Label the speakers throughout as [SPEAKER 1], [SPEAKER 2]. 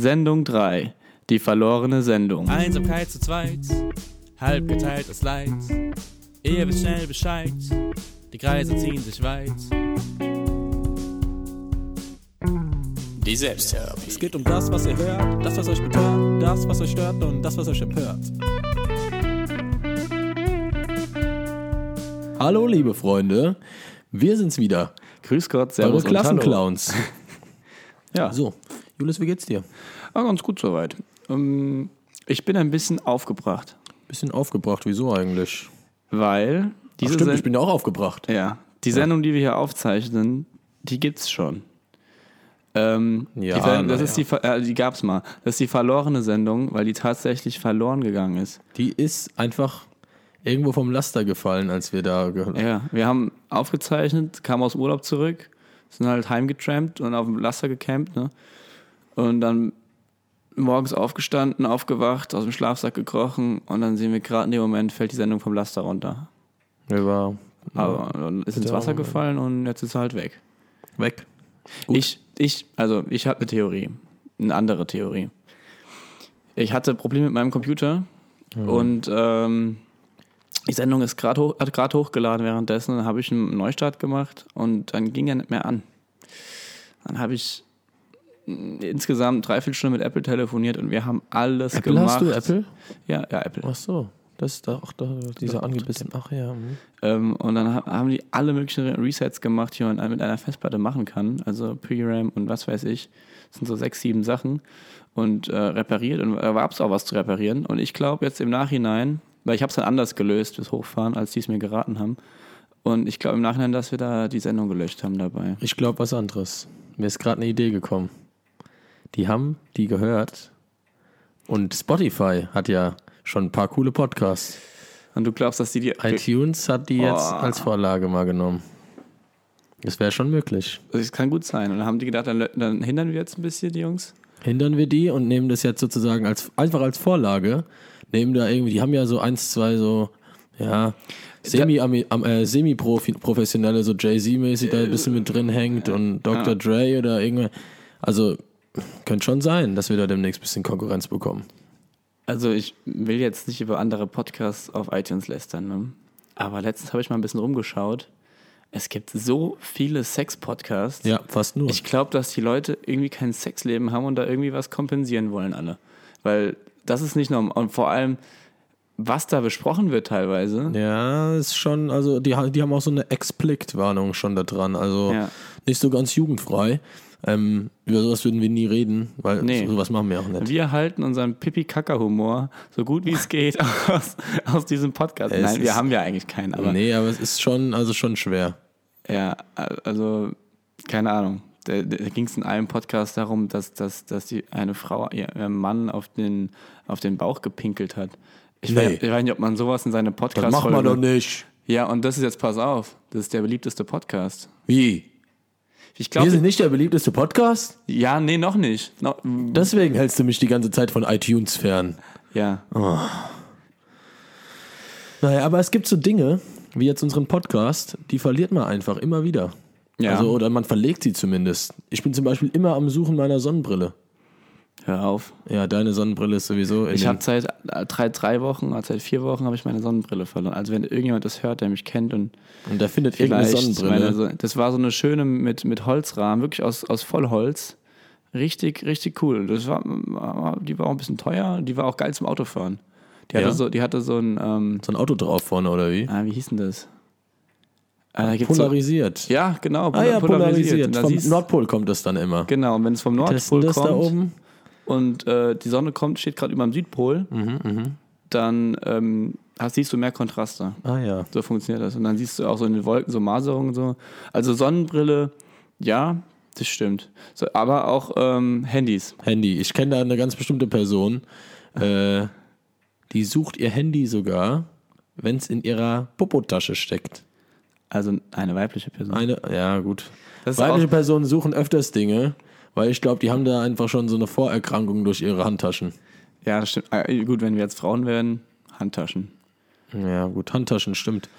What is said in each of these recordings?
[SPEAKER 1] Sendung 3. Die verlorene Sendung.
[SPEAKER 2] Einsamkeit zu zweit, halb geteiltes Leid. Ihr wisst schnell Bescheid, die Kreise ziehen sich weit.
[SPEAKER 3] Die Selbsttherapie.
[SPEAKER 2] Es geht um das, was ihr hört, das, was euch betört, das, was euch stört und das, was euch empört.
[SPEAKER 4] Hallo, liebe Freunde. Wir sind's wieder,
[SPEAKER 1] Grüß Gott,
[SPEAKER 4] eure
[SPEAKER 1] Servus und hallo.
[SPEAKER 4] Klassenclowns.
[SPEAKER 1] Ja,
[SPEAKER 4] So, Julius, wie geht's dir?
[SPEAKER 1] ah, ganz gut soweit. Ähm, ich bin ein bisschen aufgebracht,
[SPEAKER 4] Bisschen aufgebracht, wieso eigentlich?
[SPEAKER 1] weil
[SPEAKER 4] Ach,
[SPEAKER 1] diese
[SPEAKER 4] stimmt, ich
[SPEAKER 1] Sen-
[SPEAKER 4] bin ja auch aufgebracht.
[SPEAKER 1] ja, die Sendung, die wir hier aufzeichnen, die gibt's schon. Ähm,
[SPEAKER 4] Ja,
[SPEAKER 1] die, Sendung-
[SPEAKER 4] na
[SPEAKER 1] das ist die, ver- äh, die gab's mal. Das ist die verlorene Sendung, weil die tatsächlich verloren gegangen ist.
[SPEAKER 4] Die ist einfach irgendwo vom Laster gefallen, als wir da gehört haben.
[SPEAKER 1] Ja, wir haben aufgezeichnet, kamen aus Urlaub zurück, sind halt heimgetrampt und auf dem Laster gecampt, ne? Und dann morgens aufgestanden, aufgewacht, aus dem Schlafsack gekrochen und dann sehen wir gerade in dem Moment fällt die Sendung vom Laster runter.
[SPEAKER 4] Wir waren
[SPEAKER 1] Aber dann ist ins Wasser gefallen und jetzt ist sie halt weg.
[SPEAKER 4] weg. Gut.
[SPEAKER 1] Ich, ich, also ich habe eine Theorie, eine andere Theorie. Ich hatte Probleme mit meinem Computer
[SPEAKER 4] Mhm.
[SPEAKER 1] und ähm, die Sendung ist grad hoch, hat gerade hochgeladen währenddessen. Dann habe ich einen Neustart gemacht und dann ging er nicht mehr an. Dann habe ich mm, insgesamt dreiviertel Stunden mit Apple telefoniert und wir haben alles
[SPEAKER 4] Apple
[SPEAKER 1] gemacht.
[SPEAKER 4] hast du, Apple?
[SPEAKER 1] Ja, ja, Apple.
[SPEAKER 4] Ach so, das ist da auch da, dieser angebissen. Ach ja. hm.
[SPEAKER 1] Ähm, und dann ha- haben die alle möglichen Re- Resets gemacht, die man mit einer Festplatte machen kann. Also PRAM und was weiß ich. Das sind so sechs, sieben Sachen. Und äh, repariert. Und da gab es auch was zu reparieren. Und ich glaube jetzt im Nachhinein, weil ich habe es dann anders gelöst, das Hochfahren, als die es mir geraten haben. Und ich glaube im Nachhinein, dass wir da die Sendung gelöscht haben dabei.
[SPEAKER 4] Ich glaube was anderes. Mir ist gerade eine Idee gekommen. Die haben die gehört und Spotify hat ja schon ein paar coole Podcasts.
[SPEAKER 1] Und du glaubst, dass die die...
[SPEAKER 4] iTunes hat die jetzt
[SPEAKER 1] Oh.
[SPEAKER 4] als Vorlage mal genommen. Das wäre schon möglich.
[SPEAKER 1] Das kann gut sein. Und dann haben die gedacht, dann, lö- dann hindern wir jetzt ein bisschen die Jungs.
[SPEAKER 4] Hindern wir die und nehmen das jetzt sozusagen als einfach als Vorlage. Nehmen da irgendwie, die haben ja so eins, zwei so, ja, semi, am, äh, semi-professionelle, so Jay-Z-mäßig da
[SPEAKER 1] Äh,
[SPEAKER 4] ein bisschen mit drin hängt und Dr. Dre oder irgendwer. Also, könnte schon sein, dass wir da demnächst ein bisschen Konkurrenz bekommen.
[SPEAKER 1] Also ich will jetzt nicht über andere Podcasts auf iTunes lästern, ne? aber letztens habe ich mal ein bisschen rumgeschaut. Es gibt so viele Sex-Podcasts.
[SPEAKER 4] Ja, fast nur.
[SPEAKER 1] Ich glaube, dass die Leute irgendwie kein Sexleben haben und da irgendwie was kompensieren wollen alle. Weil das ist nicht normal. Und vor allem, was da besprochen wird teilweise.
[SPEAKER 4] Ja, ist schon, also die, ha- die haben auch so eine Explikt-Warnung schon da dran. Also
[SPEAKER 1] Ja.
[SPEAKER 4] nicht so ganz jugendfrei. Ähm, über sowas würden wir nie reden, weil
[SPEAKER 1] Nee.
[SPEAKER 4] sowas machen wir auch nicht.
[SPEAKER 1] Wir halten unseren Pipi-Kaka-Humor so gut wie es geht aus, aus diesem Podcast.
[SPEAKER 4] Es
[SPEAKER 1] Nein, wir
[SPEAKER 4] ist-
[SPEAKER 1] haben ja eigentlich keinen. Aber
[SPEAKER 4] nee, aber es ist schon, also schon schwer.
[SPEAKER 1] Ja, also keine Ahnung. Da, da ging es in einem Podcast darum, dass, dass, dass die eine Frau ihr- ihren Mann auf den, auf den Bauch gepinkelt hat. Ich,
[SPEAKER 4] Nee.
[SPEAKER 1] weiß, ich weiß nicht, ob man sowas in seine
[SPEAKER 4] Das
[SPEAKER 1] Podcast
[SPEAKER 4] macht man doch nicht.
[SPEAKER 1] Ja, und das ist jetzt, pass auf, das ist der beliebteste Podcast.
[SPEAKER 4] Wie?
[SPEAKER 1] Ich
[SPEAKER 4] Wir
[SPEAKER 1] glaube,
[SPEAKER 4] sind nicht der beliebteste Podcast?
[SPEAKER 1] ja, nee, noch nicht. No, mm,
[SPEAKER 4] Deswegen hältst du mich die ganze Zeit von iTunes fern.
[SPEAKER 1] ja,
[SPEAKER 4] Oh. Naja, aber es gibt so Dinge, wie jetzt unseren Podcast, die verliert man einfach immer wieder.
[SPEAKER 1] Ja.
[SPEAKER 4] Also, oder man verlegt sie zumindest. Ich bin zum Beispiel immer am Suchen meiner Sonnenbrille.
[SPEAKER 1] hör auf.
[SPEAKER 4] Ja, deine Sonnenbrille ist sowieso. In
[SPEAKER 1] Ich
[SPEAKER 4] den-
[SPEAKER 1] habe seit äh, drei, drei Wochen, oder seit vier Wochen habe ich meine Sonnenbrille verloren. Also wenn irgendjemand das hört, der mich kennt und
[SPEAKER 4] Und da findet irgendeine
[SPEAKER 1] Vielleicht
[SPEAKER 4] Sonnenbrille.
[SPEAKER 1] meine Son- das war so eine schöne mit, mit Holzrahmen, wirklich aus, aus Vollholz. Richtig, richtig cool. Das war, war- die war auch ein bisschen teuer, die war auch geil zum Autofahren. Die hatte
[SPEAKER 4] Ja?
[SPEAKER 1] so, die hatte so ein, ähm,
[SPEAKER 4] so ein Auto drauf vorne, oder wie?
[SPEAKER 1] ah, wie hieß denn das? Ah, da gibt's so,
[SPEAKER 4] Polarisiert.
[SPEAKER 1] ja, genau,
[SPEAKER 4] ah ja, polarisiert.
[SPEAKER 1] Da
[SPEAKER 4] Vom
[SPEAKER 1] siehst-
[SPEAKER 4] Nordpol kommt das dann immer.
[SPEAKER 1] genau, und wenn es vom
[SPEAKER 4] Testen
[SPEAKER 1] Nordpol
[SPEAKER 4] das
[SPEAKER 1] kommt
[SPEAKER 4] da oben?
[SPEAKER 1] und äh, die Sonne kommt, steht gerade über dem Südpol,
[SPEAKER 4] Mhm,
[SPEAKER 1] dann ähm, hast, siehst du mehr Kontraste.
[SPEAKER 4] Ah ja.
[SPEAKER 1] So funktioniert das. Und dann siehst du auch so in den Wolken so Maserungen und so. Also Sonnenbrille, ja, das stimmt. So, aber auch ähm, Handys.
[SPEAKER 4] Handy. Ich kenne da eine ganz bestimmte Person, äh, die sucht ihr Handy sogar, wenn es in ihrer Popotasche steckt.
[SPEAKER 1] Also eine weibliche Person.
[SPEAKER 4] Eine, ja gut.
[SPEAKER 1] Das ist
[SPEAKER 4] Weibliche
[SPEAKER 1] auch-
[SPEAKER 4] Personen suchen öfters Dinge, weil ich glaube, die haben da einfach schon so eine Vorerkrankung durch ihre Handtaschen.
[SPEAKER 1] Ja, das Ah, stimmt. Äh, gut, wenn wir jetzt Frauen werden, Handtaschen.
[SPEAKER 4] Ja gut, Handtaschen stimmt.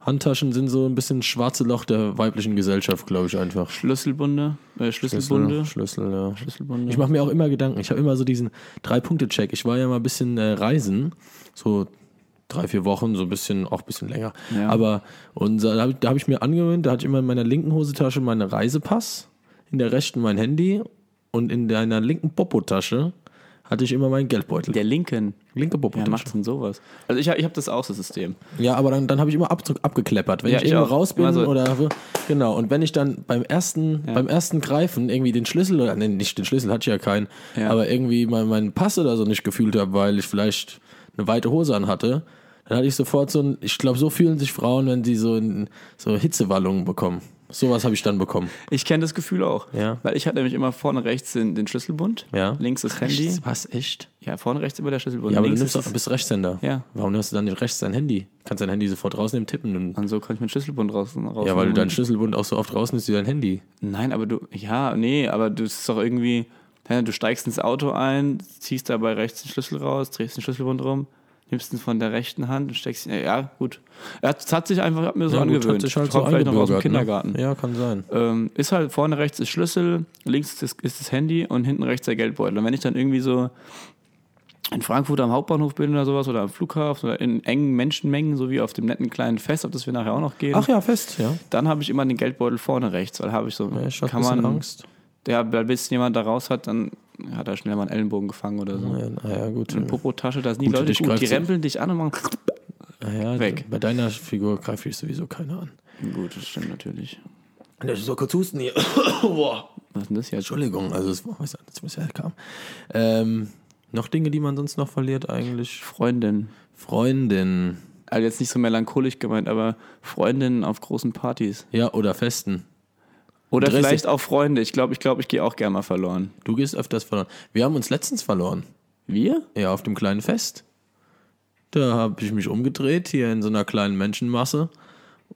[SPEAKER 4] Handtaschen sind so ein bisschen schwarze Loch der weiblichen Gesellschaft, glaube ich einfach.
[SPEAKER 1] Schlüsselbunde, äh, Schlüsselbunde.
[SPEAKER 4] Schlüssel, ja.
[SPEAKER 1] Schlüsselbunde.
[SPEAKER 4] Ich mache mir auch immer Gedanken. Ich habe immer so diesen Drei-Punkte-Check. Ich war ja mal ein bisschen äh, reisen, so drei, vier Wochen, so ein bisschen, auch ein bisschen länger.
[SPEAKER 1] Ja.
[SPEAKER 4] Aber und so, da habe ich, da hab ich mir angewöhnt, da hatte ich immer in meiner linken Hosentasche meinen Reisepass, in der rechten mein Handy und in deiner linken Popotasche hatte ich immer meinen Geldbeutel.
[SPEAKER 1] der Linken.
[SPEAKER 4] linke
[SPEAKER 1] Wer macht denn sowas? Also ich, hab- ich habe das auch, das System.
[SPEAKER 4] Ja, aber dann, dann habe ich immer Abzug abgekleppert. Wenn
[SPEAKER 1] Ja,
[SPEAKER 4] ich
[SPEAKER 1] ich
[SPEAKER 4] irgendwo
[SPEAKER 1] auch. Also
[SPEAKER 4] raus bin
[SPEAKER 1] Immer so.
[SPEAKER 4] oder so. Genau. Und wenn ich dann beim ersten, beim ersten Greifen irgendwie den Schlüssel oder nee, nicht den Schlüssel hatte ich ja keinen,
[SPEAKER 1] Ja.
[SPEAKER 4] aber irgendwie mein- meinen Pass oder so nicht gefühlt habe, weil ich vielleicht eine weite Hose anhatte, dann hatte ich sofort so ein, ich glaube, so fühlen sich Frauen, wenn sie so, in, so Hitzewallungen bekommen. Sowas habe ich dann bekommen.
[SPEAKER 1] Ich kenne das Gefühl auch.
[SPEAKER 4] Ja.
[SPEAKER 1] Weil ich hatte nämlich immer vorne rechts den, den Schlüsselbund,
[SPEAKER 4] Ja.
[SPEAKER 1] links das Handy.
[SPEAKER 4] Rechts, was? Echt?
[SPEAKER 1] Ja, vorne rechts immer der Schlüsselbund.
[SPEAKER 4] Ja, aber du
[SPEAKER 1] links
[SPEAKER 4] nimmst,
[SPEAKER 1] ist
[SPEAKER 4] doch-
[SPEAKER 1] das-
[SPEAKER 4] bist Rechtshänder.
[SPEAKER 1] Ja.
[SPEAKER 4] Warum nimmst du dann nicht rechts dein Handy? Kannst dein Handy sofort rausnehmen, tippen. Und,
[SPEAKER 1] Und so kann ich meinen Schlüsselbund raus, raus
[SPEAKER 4] ja, weil du deinen Schlüsselbund auch so oft rausnimmst wie dein Handy.
[SPEAKER 1] Nein, aber du, ja, nee, aber du es ist doch irgendwie, hä, du steigst ins Auto ein, ziehst dabei rechts den Schlüssel raus, drehst den Schlüsselbund rum, nimmst ihn von der rechten Hand und steckst ihn, ja, gut. Er hat, es hat sich einfach, hat mir so
[SPEAKER 4] Ja, gut,
[SPEAKER 1] angewöhnt.
[SPEAKER 4] Hat sich halt so
[SPEAKER 1] Kommt vielleicht noch aus dem
[SPEAKER 4] eingebürgert,
[SPEAKER 1] Kindergarten.
[SPEAKER 4] Ne? Ja, kann sein.
[SPEAKER 1] Ähm, ist halt vorne rechts ist Schlüssel, links ist, ist das Handy und hinten rechts der Geldbeutel. Und wenn ich dann irgendwie so in Frankfurt am Hauptbahnhof bin oder sowas oder am Flughafen oder in engen Menschenmengen, so wie auf dem netten kleinen Fest, auf das wir nachher auch noch gehen,
[SPEAKER 4] Ach ja, fest, ja.
[SPEAKER 1] dann habe ich immer den Geldbeutel vorne rechts, weil habe ich so,
[SPEAKER 4] ja ich hab
[SPEAKER 1] kann
[SPEAKER 4] ein bisschen
[SPEAKER 1] man,
[SPEAKER 4] Angst.
[SPEAKER 1] der, weil bis jemand da raus hat, dann hat er schnell mal einen Ellenbogen gefangen oder so.
[SPEAKER 4] Ja, na ja, gut.
[SPEAKER 1] Eine Popotasche, da sind die
[SPEAKER 4] Gut,
[SPEAKER 1] Leute
[SPEAKER 4] dich
[SPEAKER 1] gut, die
[SPEAKER 4] greift's-
[SPEAKER 1] rempeln dich an und machen
[SPEAKER 4] Na ja,
[SPEAKER 1] weg.
[SPEAKER 4] Bei deiner Figur greife ich sowieso keiner an.
[SPEAKER 1] gut, das stimmt natürlich.
[SPEAKER 4] Ich so kurz husten hier.
[SPEAKER 1] Was ist denn das jetzt?
[SPEAKER 4] Entschuldigung, also es war was anderes, was ja kam. Ähm, noch Dinge, die man sonst noch verliert eigentlich?
[SPEAKER 1] Freundin.
[SPEAKER 4] Freundin.
[SPEAKER 1] Also jetzt nicht so melancholisch gemeint, aber Freundinnen auf großen Partys.
[SPEAKER 4] Ja, oder Festen.
[SPEAKER 1] Oder
[SPEAKER 4] Interesse.
[SPEAKER 1] vielleicht auch Freunde. Ich glaube, ich glaube, ich gehe auch gerne mal verloren.
[SPEAKER 4] Du gehst öfters verloren. Wir haben uns letztens verloren.
[SPEAKER 1] Wir?
[SPEAKER 4] Ja, auf dem kleinen Fest. Da habe ich mich umgedreht, hier in so einer kleinen Menschenmasse.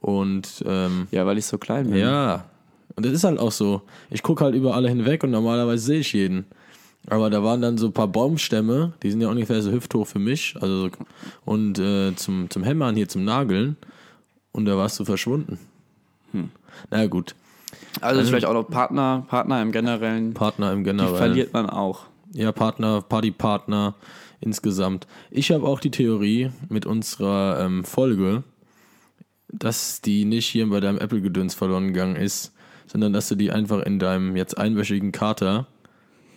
[SPEAKER 4] Und ähm,
[SPEAKER 1] Ja, weil ich so klein bin.
[SPEAKER 4] Ja. Und das ist halt auch so. Ich gucke halt über alle hinweg und normalerweise sehe ich jeden. Aber da waren dann so ein paar Baumstämme, die sind ja ungefähr so hüfthoch für mich. Also so- und äh, zum, zum Hämmern hier, zum Nageln. Und da warst du verschwunden. Na gut,
[SPEAKER 1] Also, vielleicht auch noch Partner, Partner im Generellen.
[SPEAKER 4] Partner im
[SPEAKER 1] die
[SPEAKER 4] Generellen.
[SPEAKER 1] verliert man auch.
[SPEAKER 4] Ja, Partner, Partypartner insgesamt. Ich habe auch die Theorie mit unserer ähm, Folge, dass die nicht hier bei deinem Apple-Gedöns verloren gegangen ist, sondern dass du die einfach in deinem jetzt einwöchigen Kater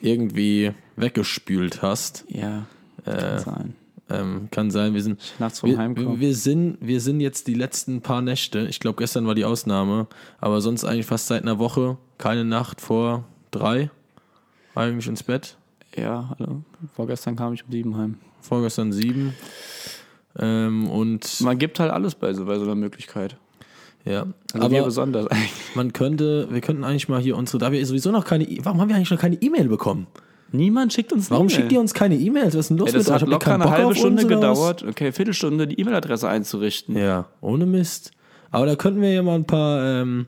[SPEAKER 4] irgendwie weggespült hast.
[SPEAKER 1] Ja, kann sein.
[SPEAKER 4] Ähm, kann sein, wir sind.
[SPEAKER 1] Nachts vom
[SPEAKER 4] Wir,
[SPEAKER 1] Heimkommen.
[SPEAKER 4] wir, sind, wir sind jetzt die letzten paar Nächte, ich glaube gestern war die Ausnahme, aber sonst eigentlich fast seit einer Woche, keine Nacht vor drei, eigentlich ins Bett.
[SPEAKER 1] ja, also, vorgestern kam ich um sieben heim.
[SPEAKER 4] vorgestern sieben. Ähm, und
[SPEAKER 1] Man gibt halt alles bei so, bei so einer Möglichkeit.
[SPEAKER 4] ja,
[SPEAKER 1] Also mir
[SPEAKER 4] aber
[SPEAKER 1] besonders eigentlich.
[SPEAKER 4] man könnte, wir könnten eigentlich mal hier unsere, da wir sowieso noch keine, E- warum haben wir eigentlich noch keine E-Mail bekommen?
[SPEAKER 1] Niemand schickt uns
[SPEAKER 4] Warum
[SPEAKER 1] eine
[SPEAKER 4] schickt ihr uns keine E-Mails? Was ist denn los
[SPEAKER 1] Ey, das
[SPEAKER 4] mit euch?
[SPEAKER 1] hat
[SPEAKER 4] Habt ihr
[SPEAKER 1] locker
[SPEAKER 4] keinen
[SPEAKER 1] eine
[SPEAKER 4] Bock
[SPEAKER 1] halbe
[SPEAKER 4] auf
[SPEAKER 1] Stunde
[SPEAKER 4] uns oder was?
[SPEAKER 1] gedauert. Okay, Viertelstunde, die E-Mail-Adresse einzurichten.
[SPEAKER 4] Ja, ohne Mist. Aber da könnten wir ja mal ein paar, ähm,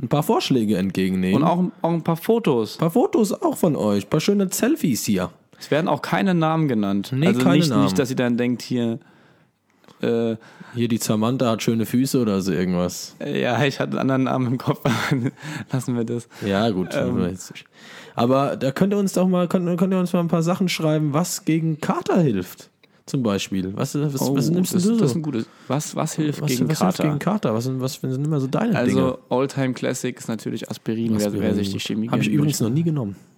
[SPEAKER 4] ein paar Vorschläge entgegennehmen.
[SPEAKER 1] Und auch, auch ein paar Fotos.
[SPEAKER 4] ein paar Fotos auch von euch, ein paar schöne Selfies hier.
[SPEAKER 1] Es werden auch keine Namen genannt.
[SPEAKER 4] Nee,
[SPEAKER 1] also
[SPEAKER 4] keine
[SPEAKER 1] nicht,
[SPEAKER 4] Namen.
[SPEAKER 1] nicht, dass ihr dann denkt, hier, äh,
[SPEAKER 4] Hier die Samantha hat schöne Füße oder so irgendwas.
[SPEAKER 1] äh, ja, ich hatte einen anderen Namen im Kopf, aber lassen wir das.
[SPEAKER 4] Ja, gut.
[SPEAKER 1] Ähm,
[SPEAKER 4] jetzt- Aber da könnt ihr uns doch mal, könnt, könnt ihr uns mal ein paar Sachen schreiben, was gegen Kater hilft. Zum Beispiel. Was, was, was nimmst
[SPEAKER 1] Oh, das,
[SPEAKER 4] du
[SPEAKER 1] das ist
[SPEAKER 4] so?
[SPEAKER 1] ein gutes. Was, was hilft
[SPEAKER 4] Was,
[SPEAKER 1] gegen
[SPEAKER 4] was hilft
[SPEAKER 1] Kater?
[SPEAKER 4] gegen Kater? Was, sind- was sind immer so deine Dinge?
[SPEAKER 1] also, Alltime Classic ist natürlich Aspirin, wer, wer sich die Chemie
[SPEAKER 4] Habe ich
[SPEAKER 1] geben
[SPEAKER 4] übrigens noch nie genommen.
[SPEAKER 1] möchte.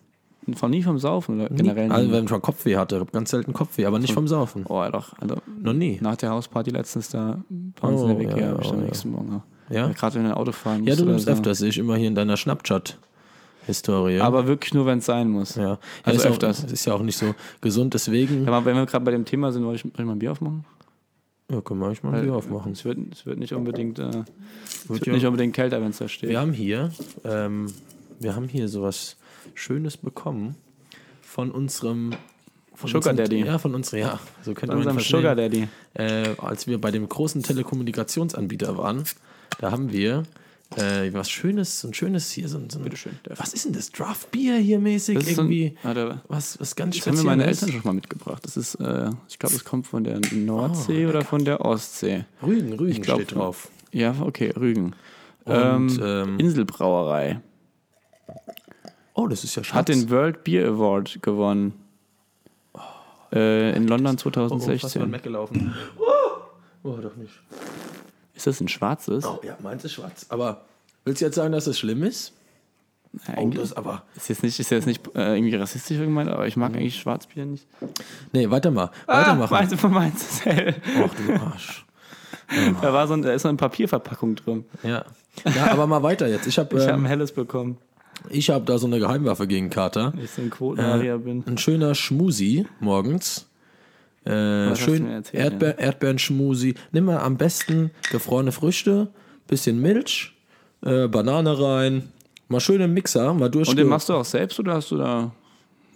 [SPEAKER 1] Von nie vom Saufen oder
[SPEAKER 4] Nie.
[SPEAKER 1] generell.
[SPEAKER 4] Also,
[SPEAKER 1] nie.
[SPEAKER 4] wenn ich mal Kopfweh hatte, hab ganz selten Kopfweh, aber nicht vom Saufen.
[SPEAKER 1] oh, ja, doch. Also,
[SPEAKER 4] Noch nie.
[SPEAKER 1] nach der Hausparty letztens da bei uns
[SPEAKER 4] Oh,
[SPEAKER 1] in der WG
[SPEAKER 4] ja,
[SPEAKER 1] habe ich dann
[SPEAKER 4] oh,
[SPEAKER 1] am
[SPEAKER 4] ja.
[SPEAKER 1] nächsten Morgen. auch.
[SPEAKER 4] Ja?
[SPEAKER 1] Weil Gerade wenn du ein Auto fahren
[SPEAKER 4] Ja,
[SPEAKER 1] musst
[SPEAKER 4] du
[SPEAKER 1] oder
[SPEAKER 4] nimmst
[SPEAKER 1] so.
[SPEAKER 4] öfters. Sehe ich immer hier in deiner Snapchat-Historie.
[SPEAKER 1] Aber wirklich nur, wenn es sein muss.
[SPEAKER 4] ja.
[SPEAKER 1] also
[SPEAKER 4] ist ja auch,
[SPEAKER 1] öfters.
[SPEAKER 4] Ist ja auch nicht so gesund, deswegen.
[SPEAKER 1] Sag mal, wenn wir gerade bei dem Thema sind, wollte ich, soll ich mal ein Bier aufmachen?
[SPEAKER 4] Ja, können wir eigentlich mal ein Bier aufmachen.
[SPEAKER 1] Es wird, es wird nicht unbedingt, äh, es wird
[SPEAKER 4] ja-
[SPEAKER 1] nicht unbedingt kälter, wenn es da steht.
[SPEAKER 4] Wir haben hier, ähm, wir haben hier sowas Schönes bekommen von unserem von
[SPEAKER 1] Sugar
[SPEAKER 4] unserem,
[SPEAKER 1] Daddy.
[SPEAKER 4] Ja, von unserem, ja, so könnte
[SPEAKER 1] Von
[SPEAKER 4] man
[SPEAKER 1] unserem
[SPEAKER 4] ihn verstehen.
[SPEAKER 1] Sugar Daddy.
[SPEAKER 4] Äh, als wir bei dem großen Telekommunikationsanbieter waren, da haben wir äh, was Schönes, so ein schönes hier, so ein, so ein
[SPEAKER 1] Bitteschön, darf-
[SPEAKER 4] was ist denn das, Draft Beer hier mäßig
[SPEAKER 1] Das ist so ein- Ah,
[SPEAKER 4] irgendwie,
[SPEAKER 1] Warte,
[SPEAKER 4] was, was ganz
[SPEAKER 1] das haben mir meine Eltern
[SPEAKER 4] Spezielles.
[SPEAKER 1] schon mal mitgebracht. Das
[SPEAKER 4] Ah,
[SPEAKER 1] ist, äh, ich glaube, es kommt von der Nordsee oder von der Ostsee.
[SPEAKER 4] Rügen, Rügen
[SPEAKER 1] Ich glaube,
[SPEAKER 4] steht drauf.
[SPEAKER 1] Ja, okay, Rügen.
[SPEAKER 4] Und,
[SPEAKER 1] ähm,
[SPEAKER 4] ähm,
[SPEAKER 1] Inselbrauerei
[SPEAKER 4] oh, das ist ja
[SPEAKER 1] hat den World Beer Award gewonnen.
[SPEAKER 4] Oh,
[SPEAKER 1] Äh, in London 2016.
[SPEAKER 4] weggelaufen. Oh, oh, doch nicht.
[SPEAKER 1] Ist das ein schwarzes?
[SPEAKER 4] Oh, ja, meins ist schwarz. Aber willst du jetzt sagen, dass das schlimm ist? Oh,
[SPEAKER 1] Eigentlich
[SPEAKER 4] das aber.
[SPEAKER 1] ist jetzt nicht, ist jetzt nicht äh, irgendwie rassistisch gemeint, aber ich mag eigentlich Schwarzbier nicht.
[SPEAKER 4] Nee, weiter mal.
[SPEAKER 1] Ah,
[SPEAKER 4] Weitermachen.
[SPEAKER 1] meins, meins ist hell.
[SPEAKER 4] Ach du Arsch.
[SPEAKER 1] Da, war so ein, da ist so eine Papierverpackung drin.
[SPEAKER 4] Ja. Ja, aber mal weiter jetzt. Ich habe
[SPEAKER 1] Ich habe ein
[SPEAKER 4] ähm,
[SPEAKER 1] helles bekommen,
[SPEAKER 4] ich hab da so eine Geheimwaffe gegen Kater.
[SPEAKER 1] weil ich so ein
[SPEAKER 4] Äh.
[SPEAKER 1] Quotenarier bin.
[SPEAKER 4] Ein schöner Schmusi morgens. Äh,
[SPEAKER 1] hast du
[SPEAKER 4] schön
[SPEAKER 1] mir erzählt,
[SPEAKER 4] Erdbeer, Erdbeeren-Schmusi. Nimm mal am besten gefrorene Früchte, bisschen Milch, äh, Banane rein. Mal schön im Mixer, mal durch.
[SPEAKER 1] Und den machst du auch selbst oder hast du da.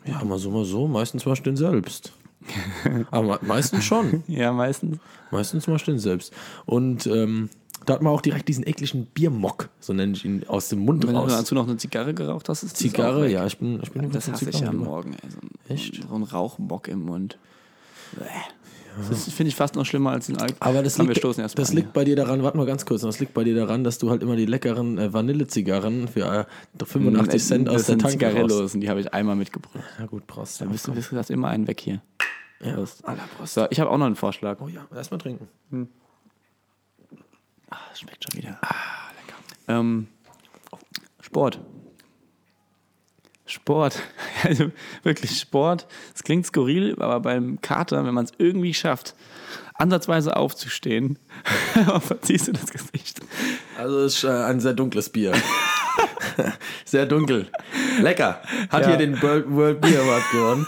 [SPEAKER 4] Ja, mal so, mal so. Meistens machst du den selbst. Aber me- meistens schon.
[SPEAKER 1] Ja, meistens.
[SPEAKER 4] Meistens machst du den selbst. Und ähm, da hat man auch direkt diesen ekligen Biermock, so nenne ich ihn, aus dem Mund
[SPEAKER 1] Wenn du
[SPEAKER 4] raus.
[SPEAKER 1] dazu noch eine Zigarre geraucht hast, ist das auch
[SPEAKER 4] Zigarre,
[SPEAKER 1] weg.
[SPEAKER 4] ja, ich bin, ich bin ein
[SPEAKER 1] Das
[SPEAKER 4] großer
[SPEAKER 1] hasse ich ja am
[SPEAKER 4] Zigarrenraucher.
[SPEAKER 1] Morgen. Ey. So ein, Echt? So ein Rauchbock im Mund. Bäh. Das finde ich fast noch schlimmer als den Alkohol.
[SPEAKER 4] Aber das,
[SPEAKER 1] Komm, wir
[SPEAKER 4] liegt,
[SPEAKER 1] stoßen erst mal
[SPEAKER 4] das
[SPEAKER 1] an
[SPEAKER 4] liegt bei dir daran, warte mal ganz kurz, das liegt bei dir daran, dass du halt immer die leckeren äh, Vanillezigarren für äh,
[SPEAKER 1] hier.
[SPEAKER 4] 85 Cent aus
[SPEAKER 1] Mm, das
[SPEAKER 4] der
[SPEAKER 1] sind
[SPEAKER 4] Tanke raus.
[SPEAKER 1] Zigarillos und die habe ich einmal mitgebracht.
[SPEAKER 4] Ja gut, Prost.
[SPEAKER 1] Da bist du, bist du das immer einen weg hier.
[SPEAKER 4] Ja.
[SPEAKER 1] Prost. So, ich habe auch noch einen Vorschlag.
[SPEAKER 4] Oh ja, erstmal trinken.
[SPEAKER 1] Ah, das schmeckt schon wieder. Ah, lecker. Ähm, Sport. Sport. Also wirklich Sport. Es klingt skurril, aber beim Kater, wenn man es irgendwie schafft, ansatzweise aufzustehen, verziehst du das Gesicht.
[SPEAKER 4] Also es ist äh, ein sehr dunkles Bier. sehr dunkel. Lecker. Hat
[SPEAKER 1] Ja.
[SPEAKER 4] hier den World, World Beer Award gewonnen.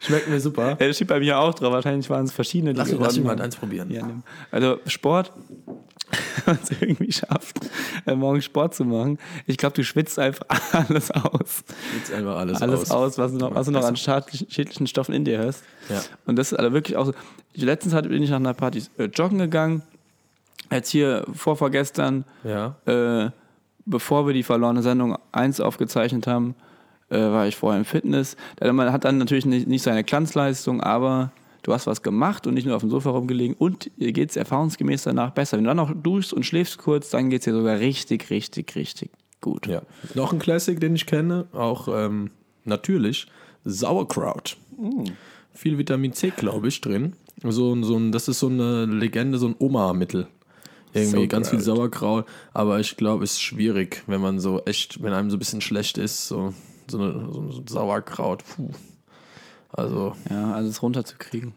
[SPEAKER 4] Schmeckt mir super.
[SPEAKER 1] Ja, das steht bei mir auch drauf. Wahrscheinlich waren es verschiedene. die
[SPEAKER 4] Lass,
[SPEAKER 1] gewonnen
[SPEAKER 4] lass mich mal
[SPEAKER 1] haben.
[SPEAKER 4] eins probieren.
[SPEAKER 1] Ja, nimm. Also Sport, wenn man es irgendwie schafft, äh, morgen Sport zu machen. Ich glaube, du schwitzt einfach alles aus.
[SPEAKER 4] Jetzt einfach alles,
[SPEAKER 1] alles
[SPEAKER 4] aus. Also
[SPEAKER 1] aus, was du noch, was du noch an schad- schädlichen Stoffen in dir hast.
[SPEAKER 4] Ja.
[SPEAKER 1] Und das ist also wirklich auch so. Ich- Letztens hatte- bin ich nach einer Party äh, joggen gegangen. Jetzt hier vor vorgestern,
[SPEAKER 4] Ja.
[SPEAKER 1] äh, bevor wir die verlorene Sendung 1 aufgezeichnet haben, äh, war ich vorher im Fitness. Da- Man hat dann natürlich nicht, nicht seine Glanzleistung, aber du hast was gemacht und nicht nur auf dem Sofa rumgelegen und dir geht es erfahrungsgemäß danach besser. Wenn du dann noch duschst und schläfst kurz, dann geht es dir sogar richtig, richtig, richtig gut.
[SPEAKER 4] Ja. Noch ein Classic, den ich kenne, auch ähm, natürlich, Sauerkraut.
[SPEAKER 1] Mm.
[SPEAKER 4] Viel Vitamin C, glaube ich, drin. So, ein- so ein, das ist so eine Legende, so ein Oma-Mittel. Irgendwie ganz viel Sauerkraut, aber ich glaube, es ist schwierig, wenn man so echt, wenn einem so ein bisschen schlecht ist, so, so, eine, so ein Sauerkraut. Puh. Also,
[SPEAKER 1] ja also es runterzukriegen.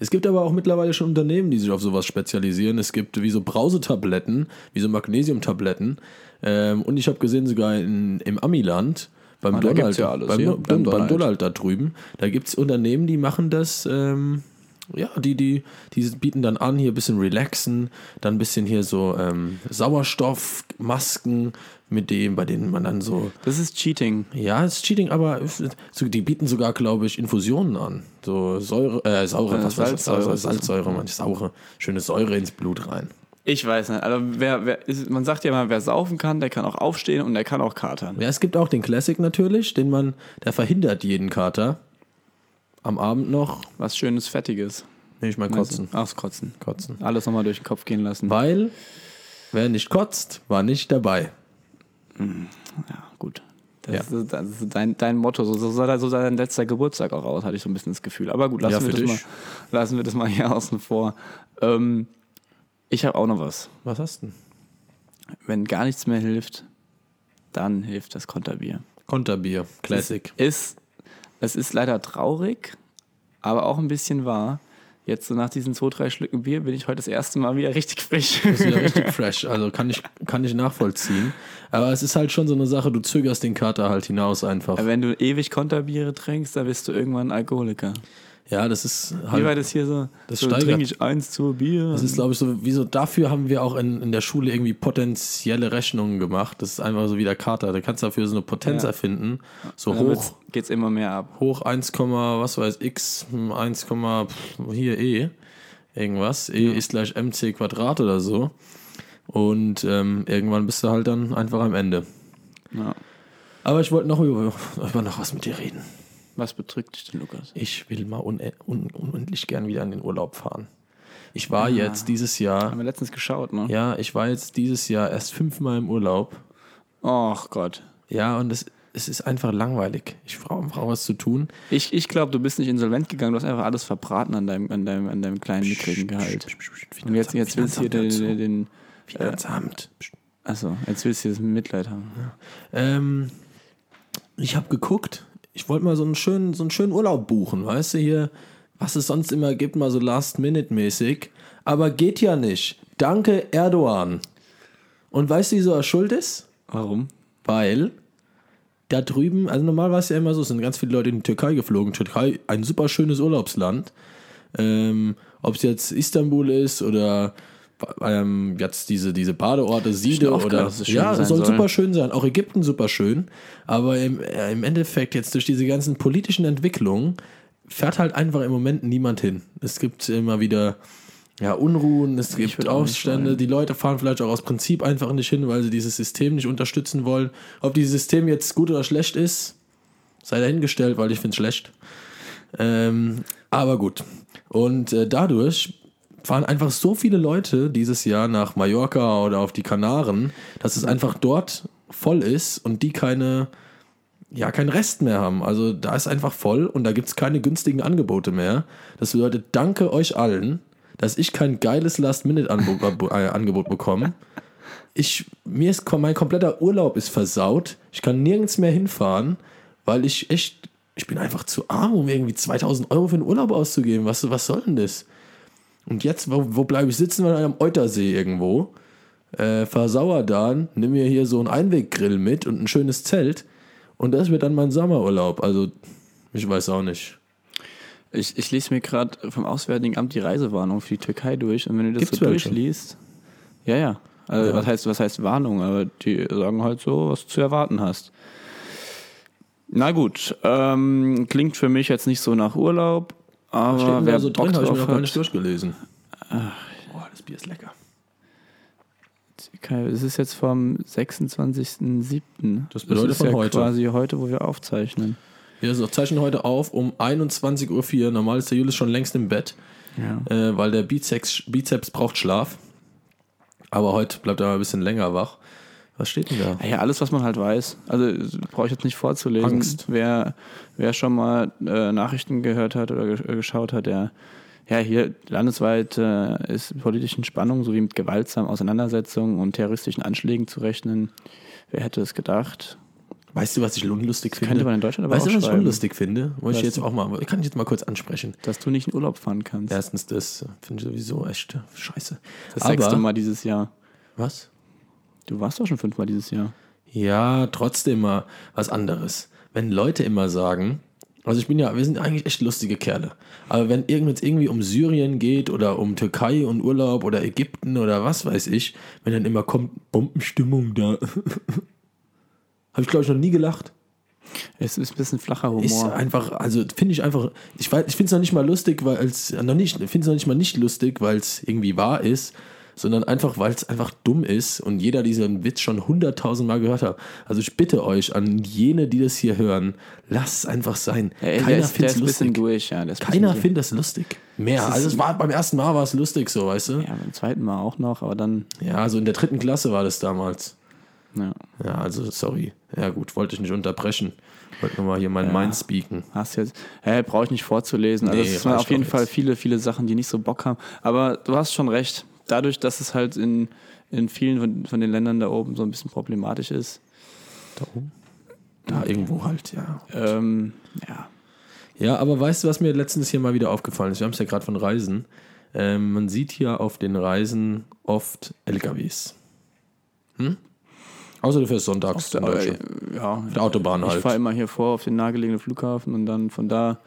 [SPEAKER 4] es gibt aber auch mittlerweile schon Unternehmen, die sich auf sowas spezialisieren. Es gibt wie so Brausetabletten, wie so Magnesiumtabletten. Ähm, und ich habe gesehen, sogar in, im Amiland, beim
[SPEAKER 1] Ah, da
[SPEAKER 4] Donald,
[SPEAKER 1] gibt's ja alles,
[SPEAKER 4] beim,
[SPEAKER 1] ja,
[SPEAKER 4] Don-
[SPEAKER 1] beim
[SPEAKER 4] beim
[SPEAKER 1] Donald.
[SPEAKER 4] Donald da drüben, da gibt es Unternehmen, die machen das, ähm, ja, die, die, die bieten dann an, hier ein bisschen relaxen, dann ein bisschen hier so ähm, Sauerstoffmasken, mit dem, bei denen man dann so
[SPEAKER 1] Das ist Cheating.
[SPEAKER 4] ja, es ist Cheating, aber es- so, die bieten sogar, glaube ich, Infusionen an. So Säure, äh, saure,
[SPEAKER 1] Äh,
[SPEAKER 4] was weiß ich,
[SPEAKER 1] Salzsäure.
[SPEAKER 4] Salzsäure, Salzsäure, manche saure, schöne Säure ins Blut rein.
[SPEAKER 1] Ich weiß nicht. Also wer, wer ist, man sagt ja immer, wer saufen kann, der kann auch aufstehen und der kann auch katern.
[SPEAKER 4] Ja, es gibt auch den Classic natürlich, den man, der verhindert jeden Kater. Am Abend noch,
[SPEAKER 1] Was schönes, fettiges.
[SPEAKER 4] nee, ich meine kotzen.
[SPEAKER 1] Ach, das kotzen.
[SPEAKER 4] Kotzen.
[SPEAKER 1] Alles nochmal durch den Kopf gehen lassen.
[SPEAKER 4] Weil, wer nicht kotzt, war nicht dabei.
[SPEAKER 1] Ja, gut. Das
[SPEAKER 4] Ja.
[SPEAKER 1] ist, das ist dein, dein Motto. So, so sah dein- so sah dein letzter Geburtstag auch aus, hatte ich so ein bisschen das Gefühl. Aber gut, lassen,
[SPEAKER 4] Ja,
[SPEAKER 1] wir,
[SPEAKER 4] für
[SPEAKER 1] das mal,
[SPEAKER 4] dich.
[SPEAKER 1] lassen wir das mal hier außen vor. Ähm, ich habe auch noch was.
[SPEAKER 4] Was hast du denn?
[SPEAKER 1] Wenn gar nichts mehr hilft, dann hilft das Konterbier.
[SPEAKER 4] Konterbier, Classic.
[SPEAKER 1] ist, es ist leider traurig, aber auch ein bisschen wahr. Jetzt so nach diesen zwei, drei Schlücken Bier bin ich heute das erste Mal wieder richtig frisch.
[SPEAKER 4] ist wieder richtig fresh. Also kann ich, kann ich nachvollziehen. Aber es ist halt schon so eine Sache, du zögerst den Kater halt hinaus einfach.
[SPEAKER 1] Wenn du ewig Konterbiere trinkst, dann bist du irgendwann Alkoholiker.
[SPEAKER 4] Ja, das ist
[SPEAKER 1] Wie
[SPEAKER 4] halt.
[SPEAKER 1] war das hier so?
[SPEAKER 4] Das
[SPEAKER 1] so
[SPEAKER 4] steigert-
[SPEAKER 1] trinke ich eins zu Bier.
[SPEAKER 4] Das ist, glaube ich, so, wieso dafür haben wir auch in, in der Schule irgendwie potenzielle Rechnungen gemacht. Das ist einfach so wie der Kater. Da kannst du dafür so eine Potenz
[SPEAKER 1] Ja.
[SPEAKER 4] erfinden. So
[SPEAKER 1] Dann
[SPEAKER 4] hoch,
[SPEAKER 1] wird's- geht's immer mehr ab.
[SPEAKER 4] hoch 1, was weiß x, hm, 1, pf, hier e, irgendwas. E ist gleich mc Quadrat oder so. Und ähm, irgendwann bist du halt dann einfach am Ende.
[SPEAKER 1] Ja.
[SPEAKER 4] Aber ich wollte noch über, über noch was mit dir reden.
[SPEAKER 1] Was bedrückt dich denn, Lukas?
[SPEAKER 4] Ich will mal une- un unendlich gern wieder in den Urlaub fahren. Ich war jetzt dieses Jahr,
[SPEAKER 1] Haben wir letztens geschaut, ne?
[SPEAKER 4] ja, ich war jetzt dieses Jahr erst fünfmal im Urlaub.
[SPEAKER 1] Och Gott.
[SPEAKER 4] Ja, und es, es ist einfach langweilig. Ich brauche brauch was zu tun.
[SPEAKER 1] Ich, ich glaube, du bist nicht insolvent gegangen, du hast einfach alles verbraten an deinem, an deinem, an deinem kleinen, mickrigen Gehalt. Und jetzt, jetzt willst du hier den, den, den
[SPEAKER 4] Finanzamt.
[SPEAKER 1] achso, jetzt willst du hier das Mitleid haben.
[SPEAKER 4] Ähm, ich habe geguckt. Ich wollte mal so einen schönen, so einen schönen Urlaub buchen, weißt du hier, was es sonst immer gibt, mal so Last-Minute-mäßig. Aber geht ja nicht. Danke Erdogan. Und weißt du, wieso er schuld ist?
[SPEAKER 1] Warum?
[SPEAKER 4] Weil da drüben, also normal war es ja immer so, es sind ganz viele Leute in die Türkei geflogen. Türkei, ein super schönes Urlaubsland. Ähm, Ob es jetzt Istanbul ist oder ähm, jetzt diese, diese Badeorte, Siede
[SPEAKER 1] oft
[SPEAKER 4] oder.
[SPEAKER 1] gehört, dass es schön
[SPEAKER 4] ja,
[SPEAKER 1] sein
[SPEAKER 4] es soll,
[SPEAKER 1] soll.
[SPEAKER 4] super schön sein. Auch Ägypten super schön. Aber im, äh, im Endeffekt, jetzt durch diese ganzen politischen Entwicklungen, fährt halt einfach im Moment niemand hin. Es gibt immer wieder. Ja, Unruhen, es gibt
[SPEAKER 1] würd auch nicht
[SPEAKER 4] Aufstände, die Leute fahren vielleicht auch aus Prinzip einfach nicht hin, weil sie dieses System nicht unterstützen wollen. Ob dieses System jetzt gut oder schlecht ist, sei dahingestellt, weil ich finde es schlecht. Ähm, aber gut. Und äh, dadurch fahren einfach so viele Leute dieses Jahr nach Mallorca oder auf die Kanaren, dass es einfach dort voll ist und die keine, ja, keinen Rest mehr haben. Also da ist einfach voll und da gibt es keine günstigen Angebote mehr. Das bedeutet, danke euch allen, dass ich kein geiles Last-Minute-Angebot äh, Angebot bekomme. Ich, mir ist, kom- mein kompletter Urlaub ist versaut. Ich kann nirgends mehr hinfahren, weil ich echt, ich bin einfach zu arm, um irgendwie 2000 Euro für einen Urlaub auszugeben. Was, was soll denn das? Und jetzt, wo, wo bleibe ich sitzen? An einem Eutersee irgendwo. Äh, versauer dann, nimm mir hier so einen Einweggrill mit und ein schönes Zelt. Und das wird dann mein Sommerurlaub. Also, ich weiß auch nicht.
[SPEAKER 1] Ich, ich lese mir gerade vom Auswärtigen Amt die Reisewarnung für die Türkei durch und wenn du das
[SPEAKER 4] Gibt's
[SPEAKER 1] so
[SPEAKER 4] welche?
[SPEAKER 1] durchliest. Ja, ja. Also, Was, heißt, was heißt Warnung? Aber die sagen halt so, was du zu erwarten hast. Na gut, ähm, klingt für mich jetzt nicht so nach Urlaub, aber wer so Bock
[SPEAKER 4] hab
[SPEAKER 1] drauf
[SPEAKER 4] noch
[SPEAKER 1] hat,
[SPEAKER 4] durchgelesen. Boah, das Bier ist lecker.
[SPEAKER 1] Türkei, es ist jetzt vom 26.07.
[SPEAKER 4] Das bedeutet
[SPEAKER 1] ist
[SPEAKER 4] von
[SPEAKER 1] ja
[SPEAKER 4] heute.
[SPEAKER 1] quasi heute, wo wir aufzeichnen.
[SPEAKER 4] Wir zeichnen heute auf um 21.04 Uhr. Normal ist der Julius schon längst im Bett,
[SPEAKER 1] Ja.
[SPEAKER 4] äh, weil der Bizeps, Bizeps braucht Schlaf. Aber heute bleibt er mal ein bisschen länger wach. Was steht denn da?
[SPEAKER 1] Ja, alles, was man halt weiß. Also brauche ich jetzt nicht vorzulesen.
[SPEAKER 4] Angst.
[SPEAKER 1] Wer, wer schon mal äh, Nachrichten gehört hat oder ge- äh, geschaut hat, der ja hier landesweit äh, ist mit politischen Spannungen sowie mit gewaltsamen Auseinandersetzungen und terroristischen Anschlägen zu rechnen. Wer hätte es gedacht?
[SPEAKER 4] Weißt du, was ich unlustig finde?
[SPEAKER 1] könnte man in Deutschland aber
[SPEAKER 4] Weißt
[SPEAKER 1] auch
[SPEAKER 4] du, was ich
[SPEAKER 1] schreiben.
[SPEAKER 4] unlustig finde? Wollte ich
[SPEAKER 1] Was
[SPEAKER 4] jetzt auch mal, kann ich jetzt mal kurz ansprechen.
[SPEAKER 1] Dass du nicht in Urlaub fahren kannst.
[SPEAKER 4] Erstens, das finde ich sowieso echt scheiße.
[SPEAKER 1] das sechste Mal dieses Jahr.
[SPEAKER 4] Was?
[SPEAKER 1] Du warst doch schon fünfmal dieses Jahr.
[SPEAKER 4] Ja, trotzdem mal was anderes. Wenn Leute immer sagen, also ich bin ja, wir sind eigentlich echt lustige Kerle, aber wenn irgendwas irgendwie um Syrien geht oder um Türkei und Urlaub oder Ägypten oder was weiß ich, wenn dann immer kommt Bombenstimmung da. Habe ich glaube ich noch nie gelacht.
[SPEAKER 1] Es ist ein bisschen flacher Humor.
[SPEAKER 4] Ist einfach, also finde ich einfach, ich weiß, ich finde es noch nicht mal lustig, weil es noch nicht, finde es noch nicht mal nicht lustig, weil es irgendwie wahr ist, sondern einfach, weil es einfach dumm ist und jeder diesen Witz schon hunderttausendmal gehört hat. Also ich bitte euch an jene, die das hier hören, lasst es einfach sein.
[SPEAKER 1] Ey, Äh, der
[SPEAKER 4] Keiner
[SPEAKER 1] ist, der
[SPEAKER 4] findet
[SPEAKER 1] ist
[SPEAKER 4] es
[SPEAKER 1] ein bisschen
[SPEAKER 4] lustig.
[SPEAKER 1] durch. Ja, der ist ein
[SPEAKER 4] Keiner
[SPEAKER 1] bisschen
[SPEAKER 4] findet das lustig. Mehr. Also es war beim ersten Mal war es lustig, so weißt du.
[SPEAKER 1] durch. Ja, beim zweiten Mal auch noch, aber dann.
[SPEAKER 4] Ja, also in der dritten Klasse war das damals.
[SPEAKER 1] Ja.
[SPEAKER 4] Ja, also sorry. Ja gut, wollte ich nicht unterbrechen. Wollte nur mal hier mein Mind speaken.
[SPEAKER 1] Hast jetzt, hä, brauche ich nicht vorzulesen. Also
[SPEAKER 4] Nee,
[SPEAKER 1] es sind
[SPEAKER 4] reicht
[SPEAKER 1] auf jeden
[SPEAKER 4] doch
[SPEAKER 1] Fall
[SPEAKER 4] jetzt.
[SPEAKER 1] viele, viele Sachen, die nicht so Bock haben. Aber du hast schon recht. Dadurch, dass es halt in, in vielen von, von den Ländern da oben so ein bisschen problematisch ist.
[SPEAKER 4] Da oben? Da irgendwo halt, ja.
[SPEAKER 1] Ähm, ja.
[SPEAKER 4] Ja, aber weißt du, was mir letztens hier mal wieder aufgefallen ist? Wir haben es ja gerade von Reisen. Ähm, man sieht hier auf den Reisen oft LKWs. Hm? Außer du fährst sonntags in
[SPEAKER 1] Äh,
[SPEAKER 4] Deutschland.
[SPEAKER 1] ja.
[SPEAKER 4] Der Autobahn
[SPEAKER 1] Ich fahre
[SPEAKER 4] halt.
[SPEAKER 1] immer hier vor auf den nahegelegenen Flughafen und dann von da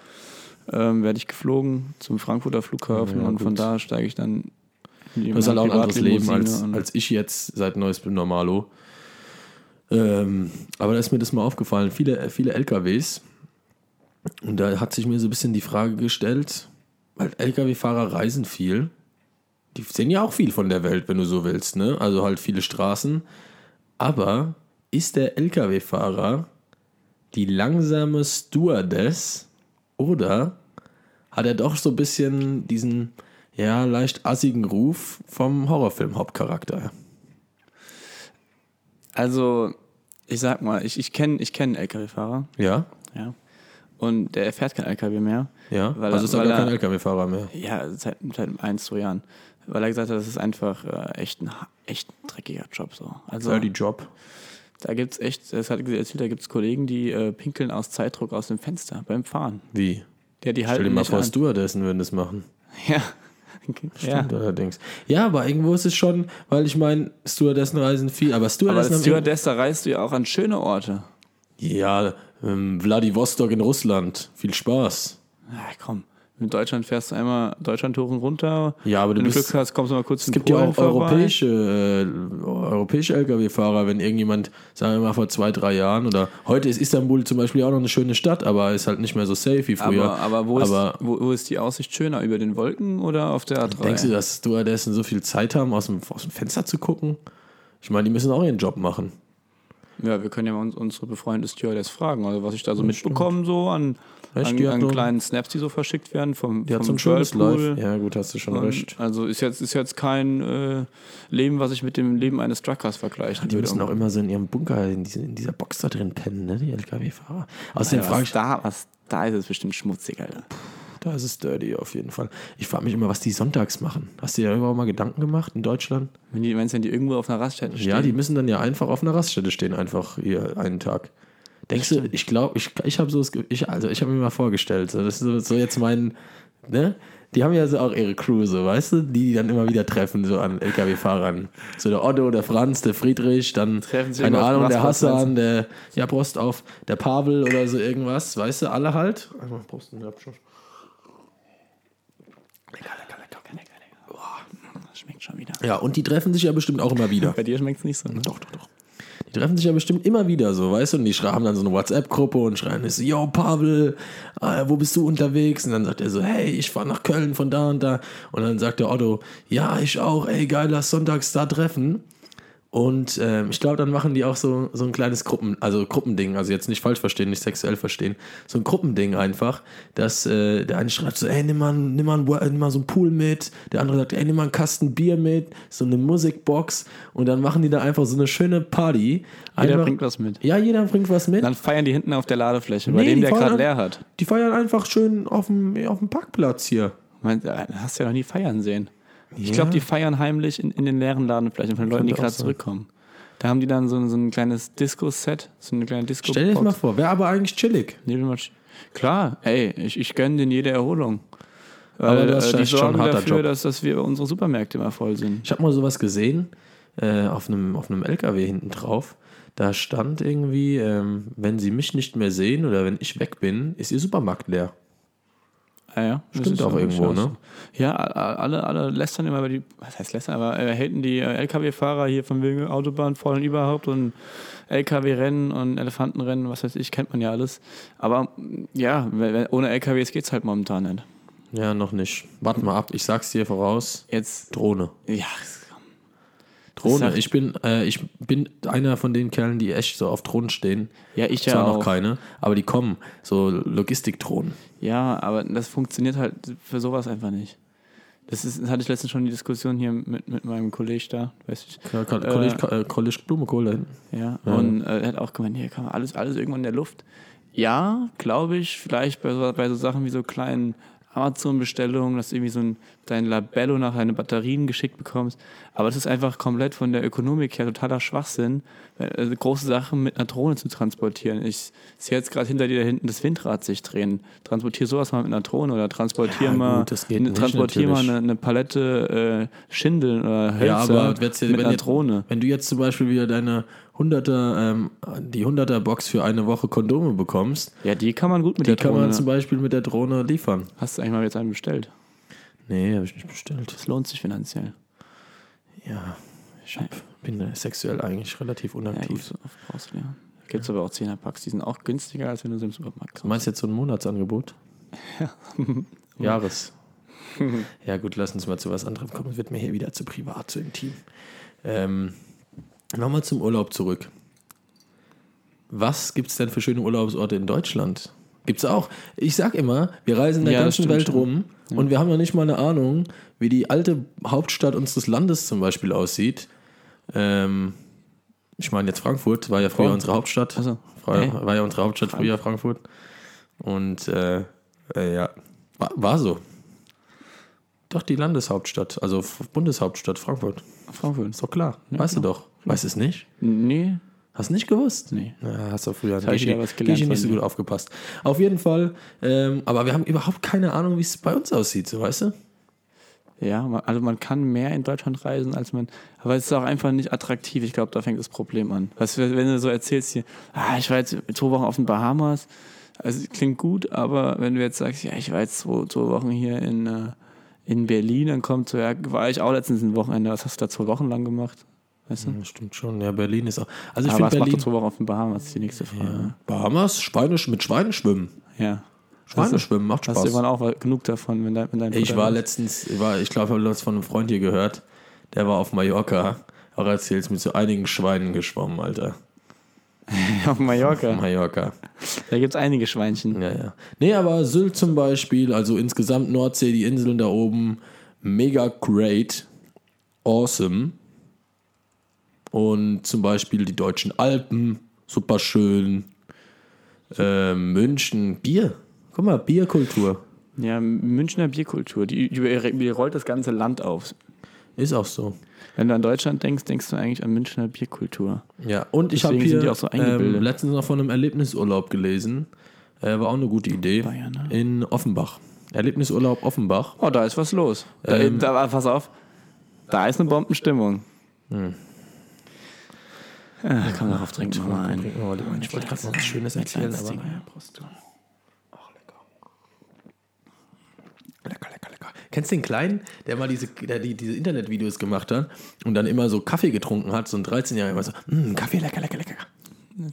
[SPEAKER 1] ähm, werde ich geflogen zum Frankfurter Flughafen
[SPEAKER 4] Ja,
[SPEAKER 1] und von
[SPEAKER 4] gut.
[SPEAKER 1] da steige ich dann in die
[SPEAKER 4] Das ist halt auch ein anderes Leben als,
[SPEAKER 1] Privatlimousine und-
[SPEAKER 4] als ich jetzt seit Neues bin Normalo. Ähm, aber da ist mir das mal aufgefallen. Viele, viele LKWs. Und da hat sich mir so ein bisschen die Frage gestellt, weil LKW-Fahrer reisen viel. Die sehen ja auch viel von der Welt, wenn du so willst, ne? Also halt viele Straßen. Aber ist der LKW-Fahrer die langsame Stewardess oder hat er doch so ein bisschen diesen, ja, leicht assigen Ruf vom Horrorfilm-Hauptcharakter.
[SPEAKER 1] Also, ich sag mal, ich, ich kenne ich kenn einen LKW-Fahrer.
[SPEAKER 4] Ja?
[SPEAKER 1] Ja. Und der fährt kein LKW mehr.
[SPEAKER 4] Ja?
[SPEAKER 1] Weil er-
[SPEAKER 4] also ist er
[SPEAKER 1] weil
[SPEAKER 4] gar kein
[SPEAKER 1] er-
[SPEAKER 4] LKW-Fahrer mehr.
[SPEAKER 1] Ja, seit, seit ein, zwei Jahren. Weil er gesagt hat, das ist einfach äh, echt, ein, ha- echt ein dreckiger Job. So. Also,
[SPEAKER 4] Dirty Job.
[SPEAKER 1] da gibt's echt, es hat erzählt, da gibt's Kollegen, die äh, pinkeln aus Zeitdruck aus dem Fenster beim Fahren.
[SPEAKER 4] Wie?
[SPEAKER 1] Der die halten
[SPEAKER 4] Stell dir mal
[SPEAKER 1] Halt nicht
[SPEAKER 4] vor,
[SPEAKER 1] an.
[SPEAKER 4] Stewardessen würden das machen.
[SPEAKER 1] Ja. ja.
[SPEAKER 4] Stimmt allerdings. Ja, aber irgendwo ist es schon, weil ich meine, Stewardessen reisen viel, aber
[SPEAKER 1] Aber
[SPEAKER 4] Stewardessen
[SPEAKER 1] als
[SPEAKER 4] haben
[SPEAKER 1] Stewardess, da reist du ja auch an schöne Orte.
[SPEAKER 4] Ja, ähm, Vladivostok in Russland. Viel Spaß.
[SPEAKER 1] Ja, komm. In Deutschland fährst du einmal Deutschlandtouren runter.
[SPEAKER 4] Ja, aber du
[SPEAKER 1] Wenn du
[SPEAKER 4] bist-
[SPEAKER 1] Glück hast, kommst du mal kurz
[SPEAKER 4] Es gibt ja auch europäische, äh, europäische Lkw-Fahrer, wenn irgendjemand, sagen wir mal vor zwei, drei Jahren oder heute ist Istanbul zum Beispiel auch noch eine schöne Stadt, aber ist halt nicht mehr so safe wie früher.
[SPEAKER 1] Aber, aber, wo, ist,
[SPEAKER 4] Aber
[SPEAKER 1] wo, wo ist die Aussicht schöner? Über den Wolken oder auf der A3?
[SPEAKER 4] denkst du, dass Stewardessen so viel Zeit haben, aus dem, aus dem Fenster zu gucken? Ich meine, die müssen auch ihren Job machen.
[SPEAKER 1] Ja, wir können ja mal uns, unsere befreundete Stewardess fragen, also was ich da so mitbekomme, so an,
[SPEAKER 4] Recht,
[SPEAKER 1] an,
[SPEAKER 4] die hat
[SPEAKER 1] an
[SPEAKER 4] so-
[SPEAKER 1] kleinen Snaps, die so verschickt werden vom,
[SPEAKER 4] Die
[SPEAKER 1] vom
[SPEAKER 4] hat so ein schönes
[SPEAKER 1] Whirlpool.
[SPEAKER 4] Live. Ja, gut, hast du schon
[SPEAKER 1] Und
[SPEAKER 4] recht.
[SPEAKER 1] also ist jetzt, ist jetzt kein äh, Leben, was ich mit dem Leben eines Truckers vergleichen
[SPEAKER 4] Die
[SPEAKER 1] würde.
[SPEAKER 4] müssen auch immer so in ihrem Bunker, in, diesen, in dieser Box da drin pennen, ne, die Lkw-Fahrer. Außerdem
[SPEAKER 1] ja,
[SPEAKER 4] frage
[SPEAKER 1] was
[SPEAKER 4] ich
[SPEAKER 1] da, was da ist es bestimmt schmutzig, Alter.
[SPEAKER 4] Da ist es dirty auf jeden Fall. Ich frage mich immer, was die sonntags machen. Hast du dir darüber mal Gedanken gemacht in Deutschland?
[SPEAKER 1] Wenn die, wenn's, wenn die irgendwo auf einer Raststätte stehen.
[SPEAKER 4] Ja, die müssen dann ja einfach auf einer Raststätte stehen, einfach hier einen Tag. Denkst du, ich glaube, ich, ich habe so das Ge- ich, also ich habe mir mal vorgestellt, so, das ist so, so jetzt mein, ne? Die haben ja so auch ihre Crew, so, weißt du, die die dann immer wieder treffen, so an LKW-Fahrern. So der Otto, der Franz, der Friedrich, dann,
[SPEAKER 1] Treffen sich
[SPEAKER 4] keine
[SPEAKER 1] immer auf dem
[SPEAKER 4] Ahnung, der
[SPEAKER 1] Rastplatz,
[SPEAKER 4] Hassan, der, ja, Prost auf, der Pavel oder so irgendwas, weißt du, alle halt. Einmal Prost, ich hab schon.
[SPEAKER 1] Lecker, lecker, lecker, lecker, lecker, lecker. Boah, das schmeckt schon wieder.
[SPEAKER 4] Ja, und die treffen sich ja bestimmt auch immer wieder.
[SPEAKER 1] Bei dir schmeckt es nicht so, ne? Doch, doch, doch.
[SPEAKER 4] Die treffen sich ja bestimmt immer wieder so, weißt du? Und die schre- haben dann so eine WhatsApp-Gruppe und schreien, ist, yo, Pavel, äh, wo bist du unterwegs? Und dann sagt er so, hey, ich fahr nach Köln von da und da. Und dann sagt der Otto, ja, ich auch, ey, geil, lass sonntags da treffen. Und ähm, ich glaube, dann machen die auch so, so ein kleines Gruppen, also Gruppending, also jetzt nicht falsch verstehen, nicht sexuell verstehen, so ein Gruppending einfach, dass äh, der eine schreibt so, ey, nimm mal, einen- nimm, mal, einen Wa- nimm mal so einen Pool mit, der andere sagt, ey, nimm mal einen Kasten Bier mit, so eine Musikbox und dann machen die da einfach so eine schöne Party.
[SPEAKER 1] Jeder
[SPEAKER 4] einfach,
[SPEAKER 1] bringt was mit.
[SPEAKER 4] Ja, jeder bringt was mit.
[SPEAKER 1] Dann feiern die hinten auf der Ladefläche, bei dem
[SPEAKER 4] die
[SPEAKER 1] der
[SPEAKER 4] feiern
[SPEAKER 1] gerade
[SPEAKER 4] an-
[SPEAKER 1] leer hat.
[SPEAKER 4] Die feiern einfach schön auf dem, auf dem Parkplatz hier.
[SPEAKER 1] Meinst du, Alter, hast du ja noch nie feiern sehen. Ich glaube, die feiern heimlich in, in den leeren Ladenflächen von Leuten, die
[SPEAKER 4] Könnte auch
[SPEAKER 1] gerade
[SPEAKER 4] sein.
[SPEAKER 1] zurückkommen. Da haben die dann so, ein- so ein kleines Disco-Set, so eine kleine disco
[SPEAKER 4] Stell dir das mal vor, wäre aber eigentlich chillig.
[SPEAKER 1] vor. Klar, ey, ich, ich gönne denen jede Erholung.
[SPEAKER 4] Aber
[SPEAKER 1] Weil,
[SPEAKER 4] das ist
[SPEAKER 1] äh, die
[SPEAKER 4] schon
[SPEAKER 1] sorgen
[SPEAKER 4] ein harter
[SPEAKER 1] dafür,
[SPEAKER 4] Job.
[SPEAKER 1] dass, dass wir unsere Supermärkte immer voll sind.
[SPEAKER 4] Ich habe mal sowas gesehen äh, auf einem auf einem LKW hinten drauf. Da stand irgendwie, ähm, wenn Sie mich nicht mehr sehen oder wenn ich weg bin, ist Ihr Supermarkt leer.
[SPEAKER 1] Ah, ja, das
[SPEAKER 4] Stimmt
[SPEAKER 1] ist
[SPEAKER 4] auch
[SPEAKER 1] ja
[SPEAKER 4] irgendwo,
[SPEAKER 1] durchaus-
[SPEAKER 4] ne?
[SPEAKER 1] Ja, a- a- alle, alle lästern immer über die, was heißt lästern, aber äh, haten die äh, LKW-Fahrer hier von wegen Autobahn voll und überhaupt und LKW-Rennen und Elefantenrennen, was weiß ich, kennt man ja alles. Aber mh, ja, we- we- ohne LKWs geht's halt momentan nicht.
[SPEAKER 4] Ja, noch nicht. Warte mal ab, ich sag's dir voraus.
[SPEAKER 1] Jetzt,
[SPEAKER 4] Drohne.
[SPEAKER 1] ja,
[SPEAKER 4] Drohne.
[SPEAKER 1] Sag-
[SPEAKER 4] Ich bin, äh, ich bin einer von den Kerlen, die echt so auf Drohnen stehen.
[SPEAKER 1] ja ich ja
[SPEAKER 4] Zwar noch
[SPEAKER 1] auch.
[SPEAKER 4] keine, aber die kommen. So Logistikdrohnen.
[SPEAKER 1] Ja, aber das funktioniert halt für sowas einfach nicht. Das, ist, das hatte ich letztens schon die Diskussion hier mit, mit meinem Kollegen da, weiß ich.
[SPEAKER 4] Ja, Ko- College, äh, College Blumenkohl da hinten.
[SPEAKER 1] Ja, und äh, er hat auch gemeint, hier kann man alles, alles irgendwann in der Luft. Ja, glaube ich, vielleicht bei so, bei so Sachen wie so kleinen Amazon-Bestellungen, dass du irgendwie so ein, dein Labello nach deinen Batterien geschickt bekommst. Aber das ist einfach komplett von der Ökonomik her totaler Schwachsinn, äh, große Sachen mit einer Drohne zu transportieren. Ich sehe jetzt gerade hinter dir da hinten das Windrad sich drehen. Transportier sowas mal mit einer Drohne oder transportier
[SPEAKER 4] Ja,
[SPEAKER 1] mal,
[SPEAKER 4] gut, das geht
[SPEAKER 1] ne,
[SPEAKER 4] nicht,
[SPEAKER 1] transportier mal
[SPEAKER 4] natürlich.
[SPEAKER 1] eine, eine Palette äh, Schindeln oder Hölzer
[SPEAKER 4] Ja, aber wenn's dir-
[SPEAKER 1] mit
[SPEAKER 4] wenn,
[SPEAKER 1] einer
[SPEAKER 4] jetzt-
[SPEAKER 1] Drohne.
[SPEAKER 4] wenn du jetzt zum Beispiel wieder deine 100er, ähm, die 100er Box für eine Woche Kondome bekommst,
[SPEAKER 1] Ja, die kann man gut mit
[SPEAKER 4] die
[SPEAKER 1] der
[SPEAKER 4] kann
[SPEAKER 1] Drohne.
[SPEAKER 4] man zum Beispiel mit der Drohne liefern.
[SPEAKER 1] Hast du eigentlich mal jetzt einen bestellt?
[SPEAKER 4] Nee, habe ich nicht bestellt.
[SPEAKER 1] Das lohnt sich finanziell.
[SPEAKER 4] Ja, ich hab, bin äh, sexuell eigentlich relativ
[SPEAKER 1] Ja,
[SPEAKER 4] unaktiv.
[SPEAKER 1] gut, so oft brauchst du, ja. Gibt es aber auch 10er-Packs, die sind auch günstiger, als wenn du sie im Supermarkt
[SPEAKER 4] du
[SPEAKER 1] kaufst.
[SPEAKER 4] meinst jetzt so ein Monatsangebot? Jahres. ja, gut, lass uns mal zu was anderem kommen. Es wird mir hier wieder zu privat, zu intim. Ähm, Nochmal zum Urlaub zurück. Was gibt es denn für schöne Urlaubsorte in Deutschland? Gibt's auch. Ich sag immer, wir reisen in der
[SPEAKER 1] Ja, das
[SPEAKER 4] ganzen
[SPEAKER 1] stimmt
[SPEAKER 4] Welt
[SPEAKER 1] schon.
[SPEAKER 4] rum und wir haben noch nicht mal eine Ahnung, wie die alte Hauptstadt unseres Landes zum Beispiel aussieht. Ähm, ich meine jetzt Frankfurt, war ja früher
[SPEAKER 1] Oh.
[SPEAKER 4] unsere Hauptstadt.
[SPEAKER 1] Ach so.
[SPEAKER 4] Fra-
[SPEAKER 1] Hey.
[SPEAKER 4] War ja unsere Hauptstadt früher Frankfurt. Und äh, äh, ja, war, war so. Doch, die Landeshauptstadt, also F- Bundeshauptstadt Frankfurt.
[SPEAKER 1] Frankfurt.
[SPEAKER 4] Ist doch klar. weißt du doch. Weißt du es nicht?
[SPEAKER 1] Nee.
[SPEAKER 4] Hast du nicht gewusst?
[SPEAKER 1] Nee.
[SPEAKER 4] Ja, hast du früher
[SPEAKER 1] hab ich
[SPEAKER 4] Geschi-
[SPEAKER 1] wieder was gelernt
[SPEAKER 4] Geschi nicht
[SPEAKER 1] von dir.
[SPEAKER 4] so gut aufgepasst. Auf jeden Fall, ähm, aber wir haben überhaupt keine Ahnung, wie es bei uns aussieht, so weißt du?
[SPEAKER 1] Ja, man, also man kann mehr in Deutschland reisen, als man. Aber es ist auch einfach nicht attraktiv. Ich glaube, da fängt das Problem an. Weißt du, wenn du so erzählst hier, ah, ich war jetzt zwei Wochen auf den Bahamas, also klingt gut, aber wenn du jetzt sagst, ja, ich war jetzt zwei, zwei Wochen hier in, äh, in Berlin, dann kommt so, ja, war ich auch letztens ein Wochenende, was hast du da zwei Wochen lang gemacht? Weißt du?
[SPEAKER 4] Ja, stimmt schon. Ja, Berlin ist auch. Also ich
[SPEAKER 1] aber
[SPEAKER 4] finde
[SPEAKER 1] was macht du
[SPEAKER 4] Berlin.
[SPEAKER 1] zwei Wochen auf den Bahamas? Das ist die nächste Frage.
[SPEAKER 4] Bahamas, Schweine, mit Schweinen schwimmen.
[SPEAKER 1] Ja.
[SPEAKER 4] Schweine
[SPEAKER 1] Hast du-
[SPEAKER 4] schwimmen, macht
[SPEAKER 1] Hast du
[SPEAKER 4] Spaß.
[SPEAKER 1] irgendwann auch wa- genug davon, wenn dein, wenn dein
[SPEAKER 4] Ich
[SPEAKER 1] Bruder-
[SPEAKER 4] war letztens, ich war, ich glaube, ich habe das von einem Freund hier gehört, der war auf Mallorca. Auch erzählt, mit so einigen Schweinen geschwommen, Alter.
[SPEAKER 1] auf Mallorca.
[SPEAKER 4] Mallorca.
[SPEAKER 1] Da gibt es einige Schweinchen.
[SPEAKER 4] Ja, ja. Nee, aber Sylt zum Beispiel, also insgesamt Nordsee, die Inseln da oben, mega great, awesome. Und zum Beispiel die deutschen Alpen, super schön. Ähm, München, Bier. Guck mal, Bierkultur.
[SPEAKER 1] Ja, Münchner Bierkultur, die, über- die rollt das ganze Land auf.
[SPEAKER 4] Ist auch so.
[SPEAKER 1] Wenn du an Deutschland denkst, denkst du eigentlich an Münchner Bierkultur.
[SPEAKER 4] Ja, und ich habe
[SPEAKER 1] Deswegen
[SPEAKER 4] hier
[SPEAKER 1] sind die auch so
[SPEAKER 4] ähm,
[SPEAKER 1] eingebildet.
[SPEAKER 4] letztens noch von einem Erlebnisurlaub gelesen. Äh, war auch eine gute Idee.
[SPEAKER 1] Bayern, ne?
[SPEAKER 4] In Offenbach. Erlebnisurlaub Offenbach.
[SPEAKER 1] Oh, da ist was los.
[SPEAKER 4] Ähm.
[SPEAKER 1] da, da, pass auf, da ist eine Bombenstimmung.
[SPEAKER 4] Hm.
[SPEAKER 1] Ach, komm darauf, trink mal ein.
[SPEAKER 4] Ich wollte gerade noch was Schönes
[SPEAKER 1] Ein kleines Ding.
[SPEAKER 4] Lecker, lecker, lecker. Kennst du den Kleinen, der mal diese, der die, diese Internetvideos gemacht hat und dann immer so Kaffee getrunken hat, so ein 13-Jähriger immer so, "Mm, Kaffee, lecker, lecker, lecker.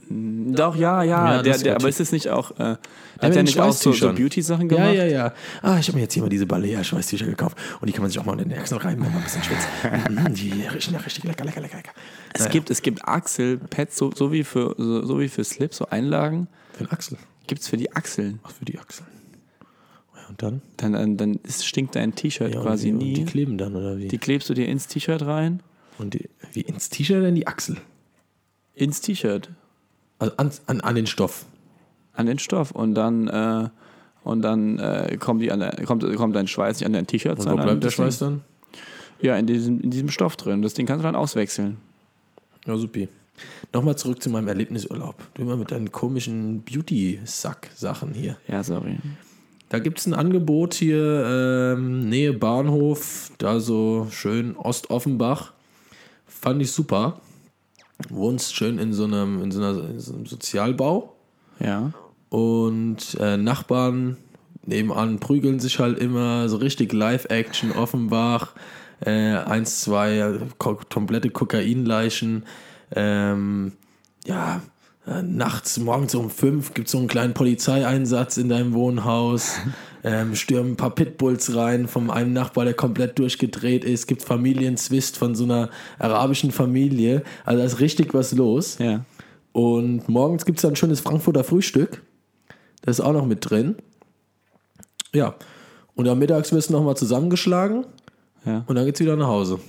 [SPEAKER 1] Doch, ja, ja,
[SPEAKER 4] Ja,
[SPEAKER 1] der,
[SPEAKER 4] lustiger
[SPEAKER 1] der, aber
[SPEAKER 4] Typ.
[SPEAKER 1] ist es nicht auch, äh, der
[SPEAKER 4] mit
[SPEAKER 1] hat ja
[SPEAKER 4] den
[SPEAKER 1] nicht auch so, so
[SPEAKER 4] Schweißtüchern.
[SPEAKER 1] Beauty-Sachen
[SPEAKER 4] Ja,
[SPEAKER 1] gemacht?
[SPEAKER 4] ja, ja. Ah, ich habe mir jetzt hier mal diese Balea-Schweißtücher gekauft und die kann man sich auch mal in den Achseln reiben, wenn man ein bisschen schwitzt. Mm, die riechen ja richtig lecker, lecker, lecker, lecker.
[SPEAKER 1] Es, gibt, es gibt Achselpads, so, so, wie für, so, so wie für Slips, so Einlagen,
[SPEAKER 4] Für den Achsel.
[SPEAKER 1] gibt es für die Achseln.
[SPEAKER 4] Ach, für die Achseln. Ja, und dann?
[SPEAKER 1] Dann, dann, dann ist, stinkt dein T-Shirt
[SPEAKER 4] Ja,
[SPEAKER 1] quasi
[SPEAKER 4] und die,
[SPEAKER 1] nie.
[SPEAKER 4] Und die kleben dann, oder wie?
[SPEAKER 1] Die klebst du dir ins T-Shirt rein.
[SPEAKER 4] und die, wie ins T-Shirt oder in die Achsel?
[SPEAKER 1] Ins T-Shirt.
[SPEAKER 4] Also an, an, an den Stoff.
[SPEAKER 1] An den Stoff. Und dann, äh, und dann äh, kommt, die an der, kommt, kommt dein Schweiß nicht an dein T-Shirt,
[SPEAKER 4] Und wo
[SPEAKER 1] an
[SPEAKER 4] bleibt der
[SPEAKER 1] das Ding.
[SPEAKER 4] Schweiß dann?
[SPEAKER 1] Ja, in diesem, in diesem Stoff drin. Das Ding kannst du dann auswechseln.
[SPEAKER 4] Ja, supi. Nochmal zurück zu meinem Erlebnisurlaub. Du immer mit deinen komischen Beauty-Sack-Sachen hier.
[SPEAKER 1] Ja, sorry.
[SPEAKER 4] Da gibt es ein Angebot hier, ähm, Nähe Bahnhof, da so schön Ostoffenbach. Fand ich super. Wohnst schön in so einem, in so einer, in so einem Sozialbau
[SPEAKER 1] Ja.
[SPEAKER 4] und äh, Nachbarn nebenan prügeln sich halt immer so richtig Live-Action Offenbach. Äh, eins, zwei ko komplette Kokainleichen. Ähm, ja, äh, nachts, morgens um fünf gibt es so einen kleinen Polizeieinsatz in deinem Wohnhaus. ähm, stürmen ein paar Pitbulls rein vom einem Nachbar, der komplett durchgedreht ist. Gibt Familienzwist von so einer arabischen Familie. Also da ist richtig was los.
[SPEAKER 1] Ja.
[SPEAKER 4] Und morgens gibt es dann ein schönes Frankfurter Frühstück. Das ist auch noch mit drin. Ja. Und am Mittags wirst du nochmal zusammengeschlagen
[SPEAKER 1] Ja.
[SPEAKER 4] und dann geht's wieder nach Hause.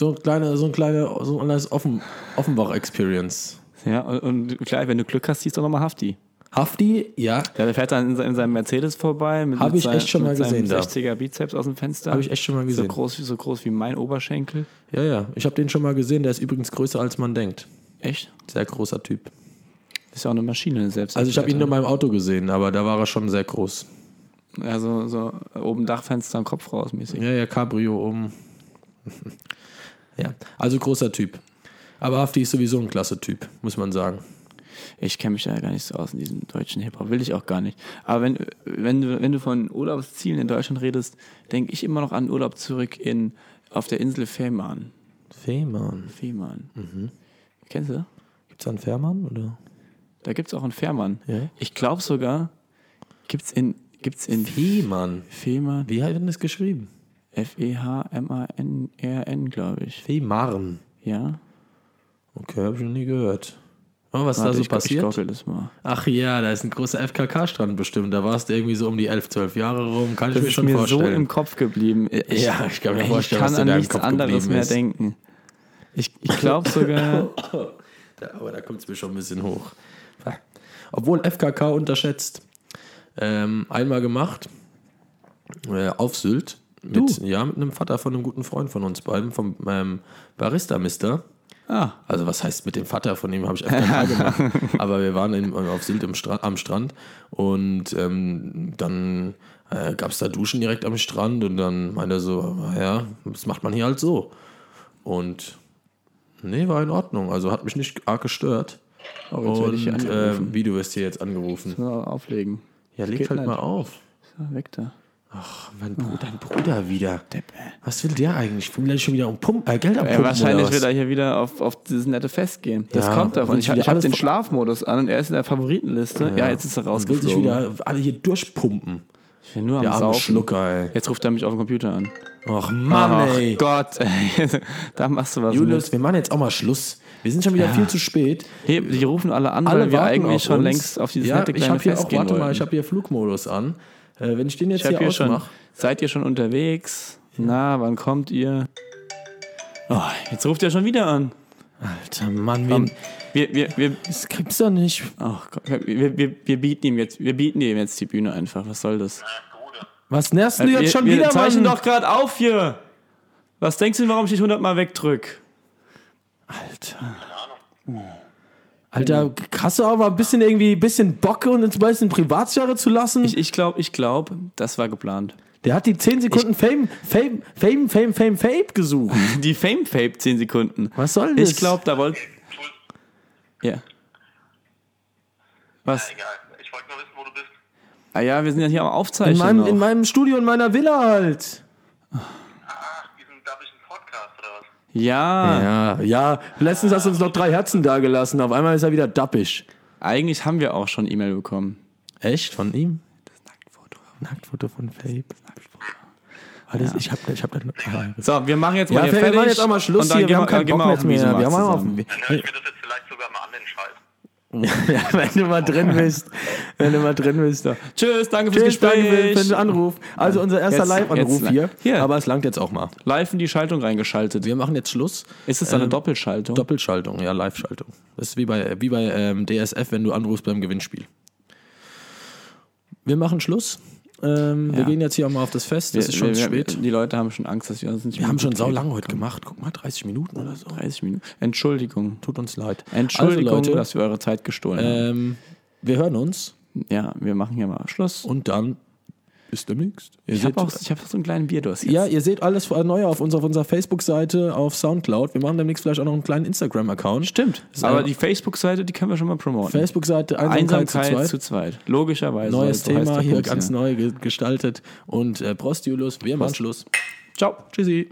[SPEAKER 4] So ein kleiner, so ein kleiner, so ein kleines Offen, Offenbach-Experience.
[SPEAKER 1] Ja, und, und klar, wenn du Glück hast, siehst du nochmal Hafti.
[SPEAKER 4] Hafti, ja,
[SPEAKER 1] Ja, der fährt dann in, se- in seinem Mercedes vorbei. mit-
[SPEAKER 4] Hab
[SPEAKER 1] mit
[SPEAKER 4] ich echt schon
[SPEAKER 1] mit
[SPEAKER 4] mal
[SPEAKER 1] seinem
[SPEAKER 4] gesehen da.
[SPEAKER 1] 60er Bizeps aus dem Fenster.
[SPEAKER 4] habe ich echt schon mal
[SPEAKER 1] so
[SPEAKER 4] gesehen.
[SPEAKER 1] groß, wie- so groß wie mein Oberschenkel.
[SPEAKER 4] ja, ja, ich habe den schon mal gesehen. Der ist übrigens größer, als man denkt.
[SPEAKER 1] Echt?
[SPEAKER 4] Sehr großer Typ.
[SPEAKER 1] Ist ja auch eine Maschine selbst.
[SPEAKER 4] Also ich habe ihn nur in meinem Auto gesehen, aber da war er schon sehr groß.
[SPEAKER 1] Also so oben Dachfenster und Kopf raus mäßig.
[SPEAKER 4] Ja, ja, Cabrio um. ja, also großer Typ. Aber Hafti ist sowieso ein klasse Typ, muss man sagen.
[SPEAKER 1] Ich kenne mich da gar nicht so aus in diesem deutschen Hip-Hop, will ich auch gar nicht. Aber wenn, wenn, du, wenn du von Urlaubszielen in Deutschland redest, denke ich immer noch an Urlaub zurück in, auf der Insel Fehmarn.
[SPEAKER 4] Fehmarn.
[SPEAKER 1] Fehmarn.
[SPEAKER 4] Mhm.
[SPEAKER 1] Kennst du?
[SPEAKER 4] Gibt's da einen Fährmann? Oder?
[SPEAKER 1] Da gibt es auch einen Fehmarn.
[SPEAKER 4] Ja.
[SPEAKER 1] Ich glaube sogar, gibt es in, gibt's in
[SPEAKER 4] Fehmarn.
[SPEAKER 1] Fehmarn,
[SPEAKER 4] Wie hat denn das geschrieben?
[SPEAKER 1] E F-E-H-M-A-N-R-N, glaube ich.
[SPEAKER 4] Fehmarn.
[SPEAKER 1] Ja?
[SPEAKER 4] Okay, habe ich noch nie gehört. Oh, was ist da
[SPEAKER 1] Warte,
[SPEAKER 4] so
[SPEAKER 1] ich, ich
[SPEAKER 4] passiert?
[SPEAKER 1] gockel das mal.
[SPEAKER 4] Ach ja, da ist ein großer FKK-Strand bestimmt. Da warst du irgendwie so um die 11, 12 Jahre rum. Kann ich
[SPEAKER 1] Das
[SPEAKER 4] mir
[SPEAKER 1] ist
[SPEAKER 4] schon
[SPEAKER 1] mir so
[SPEAKER 4] vorstellen.
[SPEAKER 1] im Kopf geblieben. Ich,
[SPEAKER 4] Ja, ich kann mir
[SPEAKER 1] ey,
[SPEAKER 4] vorstellen,
[SPEAKER 1] ich
[SPEAKER 4] was
[SPEAKER 1] kann
[SPEAKER 4] dir da
[SPEAKER 1] an
[SPEAKER 4] im
[SPEAKER 1] nichts
[SPEAKER 4] Kopf
[SPEAKER 1] anderes
[SPEAKER 4] geblieben
[SPEAKER 1] mehr
[SPEAKER 4] ist.
[SPEAKER 1] denken. Ich, ich glaube sogar,
[SPEAKER 4] Da- aber da kommt es mir schon ein bisschen hoch. Obwohl FKK unterschätzt. Ähm, einmal gemacht. Äh, auf Sylt. Mit, ja, mit einem Vater von einem guten Freund von uns beiden, vom ähm, Barista-Mister.
[SPEAKER 1] ah,
[SPEAKER 4] Also was heißt mit dem Vater von dem habe ich FKK gemacht. Aber wir waren in, auf Sylt im Stra am Strand und ähm, dann äh, gab es da Duschen direkt am Strand und dann meinte er so, ja, das macht man hier halt so. Und nee, war in Ordnung. Also hat mich nicht arg gestört.
[SPEAKER 1] Oh, jetzt werde ich
[SPEAKER 4] und
[SPEAKER 1] hier angerufen.
[SPEAKER 4] äh, wie du wirst hier jetzt angerufen.
[SPEAKER 1] So, auflegen.
[SPEAKER 4] Ja,
[SPEAKER 1] geht
[SPEAKER 4] leg halt
[SPEAKER 1] nicht.
[SPEAKER 4] mal auf.
[SPEAKER 1] So, weg da.
[SPEAKER 4] Ach, mein Bruder, dein Bruder wieder. Was will der eigentlich? Will der schon wieder um Pump, äh, Geld am
[SPEAKER 1] Ey,
[SPEAKER 4] Pumpen,
[SPEAKER 1] wahrscheinlich
[SPEAKER 4] oder
[SPEAKER 1] wird
[SPEAKER 4] was?
[SPEAKER 1] er hier wieder auf, auf dieses nette Fest gehen. Das
[SPEAKER 4] Ja,
[SPEAKER 1] kommt davon.
[SPEAKER 4] will
[SPEAKER 1] Ich,
[SPEAKER 4] wieder
[SPEAKER 1] ich habe
[SPEAKER 4] alles
[SPEAKER 1] den
[SPEAKER 4] ver-
[SPEAKER 1] Schlafmodus an und er ist in der Favoritenliste. Ja, jetzt ist er
[SPEAKER 4] Will sich
[SPEAKER 1] rausgeflogen.
[SPEAKER 4] wieder alle hier durchpumpen.
[SPEAKER 1] ich bin nur am
[SPEAKER 4] Der arme
[SPEAKER 1] Saufen.
[SPEAKER 4] Schlucker, ey.
[SPEAKER 1] Jetzt ruft er mich auf dem Computer an.
[SPEAKER 4] Ach Mann,
[SPEAKER 1] Ach
[SPEAKER 4] ey.
[SPEAKER 1] Gott, ey. da machst du was
[SPEAKER 4] Julius, wir machen jetzt auch mal Schluss. Wir sind schon wieder viel zu
[SPEAKER 1] mit.
[SPEAKER 4] spät.
[SPEAKER 1] Hey, die rufen alle an,
[SPEAKER 4] Alle
[SPEAKER 1] weil wir
[SPEAKER 4] warten
[SPEAKER 1] eigentlich
[SPEAKER 4] auf
[SPEAKER 1] schon
[SPEAKER 4] uns.
[SPEAKER 1] längst auf dieses
[SPEAKER 4] ja,
[SPEAKER 1] nette
[SPEAKER 4] ich
[SPEAKER 1] kleine
[SPEAKER 4] hab hier
[SPEAKER 1] Fest
[SPEAKER 4] auch,
[SPEAKER 1] gehen
[SPEAKER 4] Warte mal,
[SPEAKER 1] wollten.
[SPEAKER 4] ich habe hier Flugmodus an. Äh, wenn ich den jetzt
[SPEAKER 1] Ich hab
[SPEAKER 4] hier,
[SPEAKER 1] hier schon,
[SPEAKER 4] ausmache.
[SPEAKER 1] seid ihr schon unterwegs? Na, wann kommt ihr? Oh, jetzt ruft er schon wieder an.
[SPEAKER 4] Alter Mann,
[SPEAKER 1] Komm,
[SPEAKER 4] wen,
[SPEAKER 1] wir, wir, wir,
[SPEAKER 4] das gibt's doch nicht.
[SPEAKER 1] Ach Gott, wir, wir, wir, bieten ihm jetzt, wir bieten ihm jetzt die Bühne einfach. Was soll das?
[SPEAKER 4] Was nervst du jetzt
[SPEAKER 1] Äh, wir,
[SPEAKER 4] schon
[SPEAKER 1] wir
[SPEAKER 4] wieder,
[SPEAKER 1] zeichnen
[SPEAKER 4] Mann?
[SPEAKER 1] doch gerade auf hier. Was denkst du, warum ich dich 100 Mal wegdrück?
[SPEAKER 4] Alter. Alter, hast du auch mal ein bisschen irgendwie, bisschen Bock und uns ein bisschen Privatsphäre zu lassen?
[SPEAKER 1] Ich, ich glaube, ich glaube, das war geplant.
[SPEAKER 4] Der hat die 10 Sekunden Fame, Fame, Fame, Fame, Fame, Fame gesucht.
[SPEAKER 1] Die Fame-Fape 10 Sekunden.
[SPEAKER 4] Was soll das?
[SPEAKER 1] Ich glaube, da wollte... Ja. Was?
[SPEAKER 5] Egal, ich wollte nur wissen, wo du bist.
[SPEAKER 1] Ah ja, wir sind ja hier am Aufzeichnen
[SPEAKER 4] in meinem,
[SPEAKER 1] noch.
[SPEAKER 4] in meinem Studio, in meiner Villa halt.
[SPEAKER 5] Ach, diesen dabbischen Podcast oder was?
[SPEAKER 1] ja,
[SPEAKER 4] Ja, ja. Letztens hast du uns noch drei Herzen dagelassen. Auf einmal ist er wieder dappisch.
[SPEAKER 1] eigentlich haben wir auch schon E-Mail bekommen.
[SPEAKER 4] Echt? Von ihm? Das Nacktfoto. Nacktfoto von Fabe. Alles, ich hab, ich hab da
[SPEAKER 1] So, wir machen jetzt mal
[SPEAKER 4] ja,
[SPEAKER 1] hier
[SPEAKER 4] Fabe, wir
[SPEAKER 1] fertig.
[SPEAKER 4] machen jetzt auch mal Schluss
[SPEAKER 1] und dann
[SPEAKER 4] hier. Wir
[SPEAKER 1] gehen
[SPEAKER 4] haben keinen
[SPEAKER 1] gehen wir
[SPEAKER 4] Bock mehr
[SPEAKER 1] auf
[SPEAKER 4] jetzt
[SPEAKER 1] den
[SPEAKER 4] mehr.
[SPEAKER 1] Wiesenmarkt
[SPEAKER 4] Wir haben auch auf
[SPEAKER 1] zusammen.
[SPEAKER 4] dem-
[SPEAKER 5] Dann höre ich mir das jetzt vielleicht sogar mal an, den Scheiß.
[SPEAKER 4] ja, wenn du mal drin bist. Wenn du mal drin bist.
[SPEAKER 1] Tschüss, danke fürs
[SPEAKER 4] Tschüss, danke für
[SPEAKER 1] Gespräch.
[SPEAKER 4] für den Anruf. Also unser erster
[SPEAKER 1] Jetzt-
[SPEAKER 4] Live-Anruf
[SPEAKER 1] jetzt-
[SPEAKER 4] hier.
[SPEAKER 1] hier.
[SPEAKER 4] Aber es langt jetzt auch mal.
[SPEAKER 1] Live in die Schaltung reingeschaltet.
[SPEAKER 4] Wir machen jetzt Schluss.
[SPEAKER 1] Ist es eine
[SPEAKER 4] Ähm,
[SPEAKER 1] Doppelschaltung?
[SPEAKER 4] Doppelschaltung, ja, Live-Schaltung. Das ist wie bei, wie bei ähm, DSF, wenn du anrufst beim Gewinnspiel. Wir machen Schluss. Ähm, Wir gehen jetzt hier auch mal auf das Fest. Es ist schon
[SPEAKER 1] wir,
[SPEAKER 4] spät.
[SPEAKER 1] Wir, die Leute haben schon Angst, dass wir uns nicht
[SPEAKER 4] Wir haben schon sau lange heute gemacht. Guck mal, 30 Minuten oder so.
[SPEAKER 1] 30 Minuten. Entschuldigung.
[SPEAKER 4] Tut uns leid.
[SPEAKER 1] Entschuldigung,
[SPEAKER 4] also, Leute,
[SPEAKER 1] dass wir eure Zeit gestohlen
[SPEAKER 4] ähm, wir hören uns
[SPEAKER 1] haben. Ja, wir machen hier mal Schluss.
[SPEAKER 4] ähm, und dann bis demnächst. Ihr
[SPEAKER 1] Ich
[SPEAKER 4] seht,
[SPEAKER 1] habe auch ich hab so einen kleinen Bierdurst jetzt.
[SPEAKER 4] ja, ihr seht alles neu auf unserer, auf unserer Facebook-Seite, auf Soundcloud. Wir machen demnächst vielleicht auch noch einen kleinen Instagram-Account.
[SPEAKER 1] Stimmt.
[SPEAKER 4] Ist
[SPEAKER 1] Aber
[SPEAKER 4] einfach-
[SPEAKER 1] die Facebook-Seite, die können wir schon mal promoten.
[SPEAKER 4] Facebook-Seite Einsamkeit,
[SPEAKER 1] Einsamkeit
[SPEAKER 4] zu zweit.
[SPEAKER 1] zu zweit. Logischerweise.
[SPEAKER 4] Neues
[SPEAKER 1] weil so heißt
[SPEAKER 4] Thema
[SPEAKER 1] der
[SPEAKER 4] hier
[SPEAKER 1] Bums
[SPEAKER 4] ganz
[SPEAKER 1] hier.
[SPEAKER 4] neu ge- gestaltet. Und äh, Prost, Julius, wir machen Schluss.
[SPEAKER 1] Ciao. Tschüssi.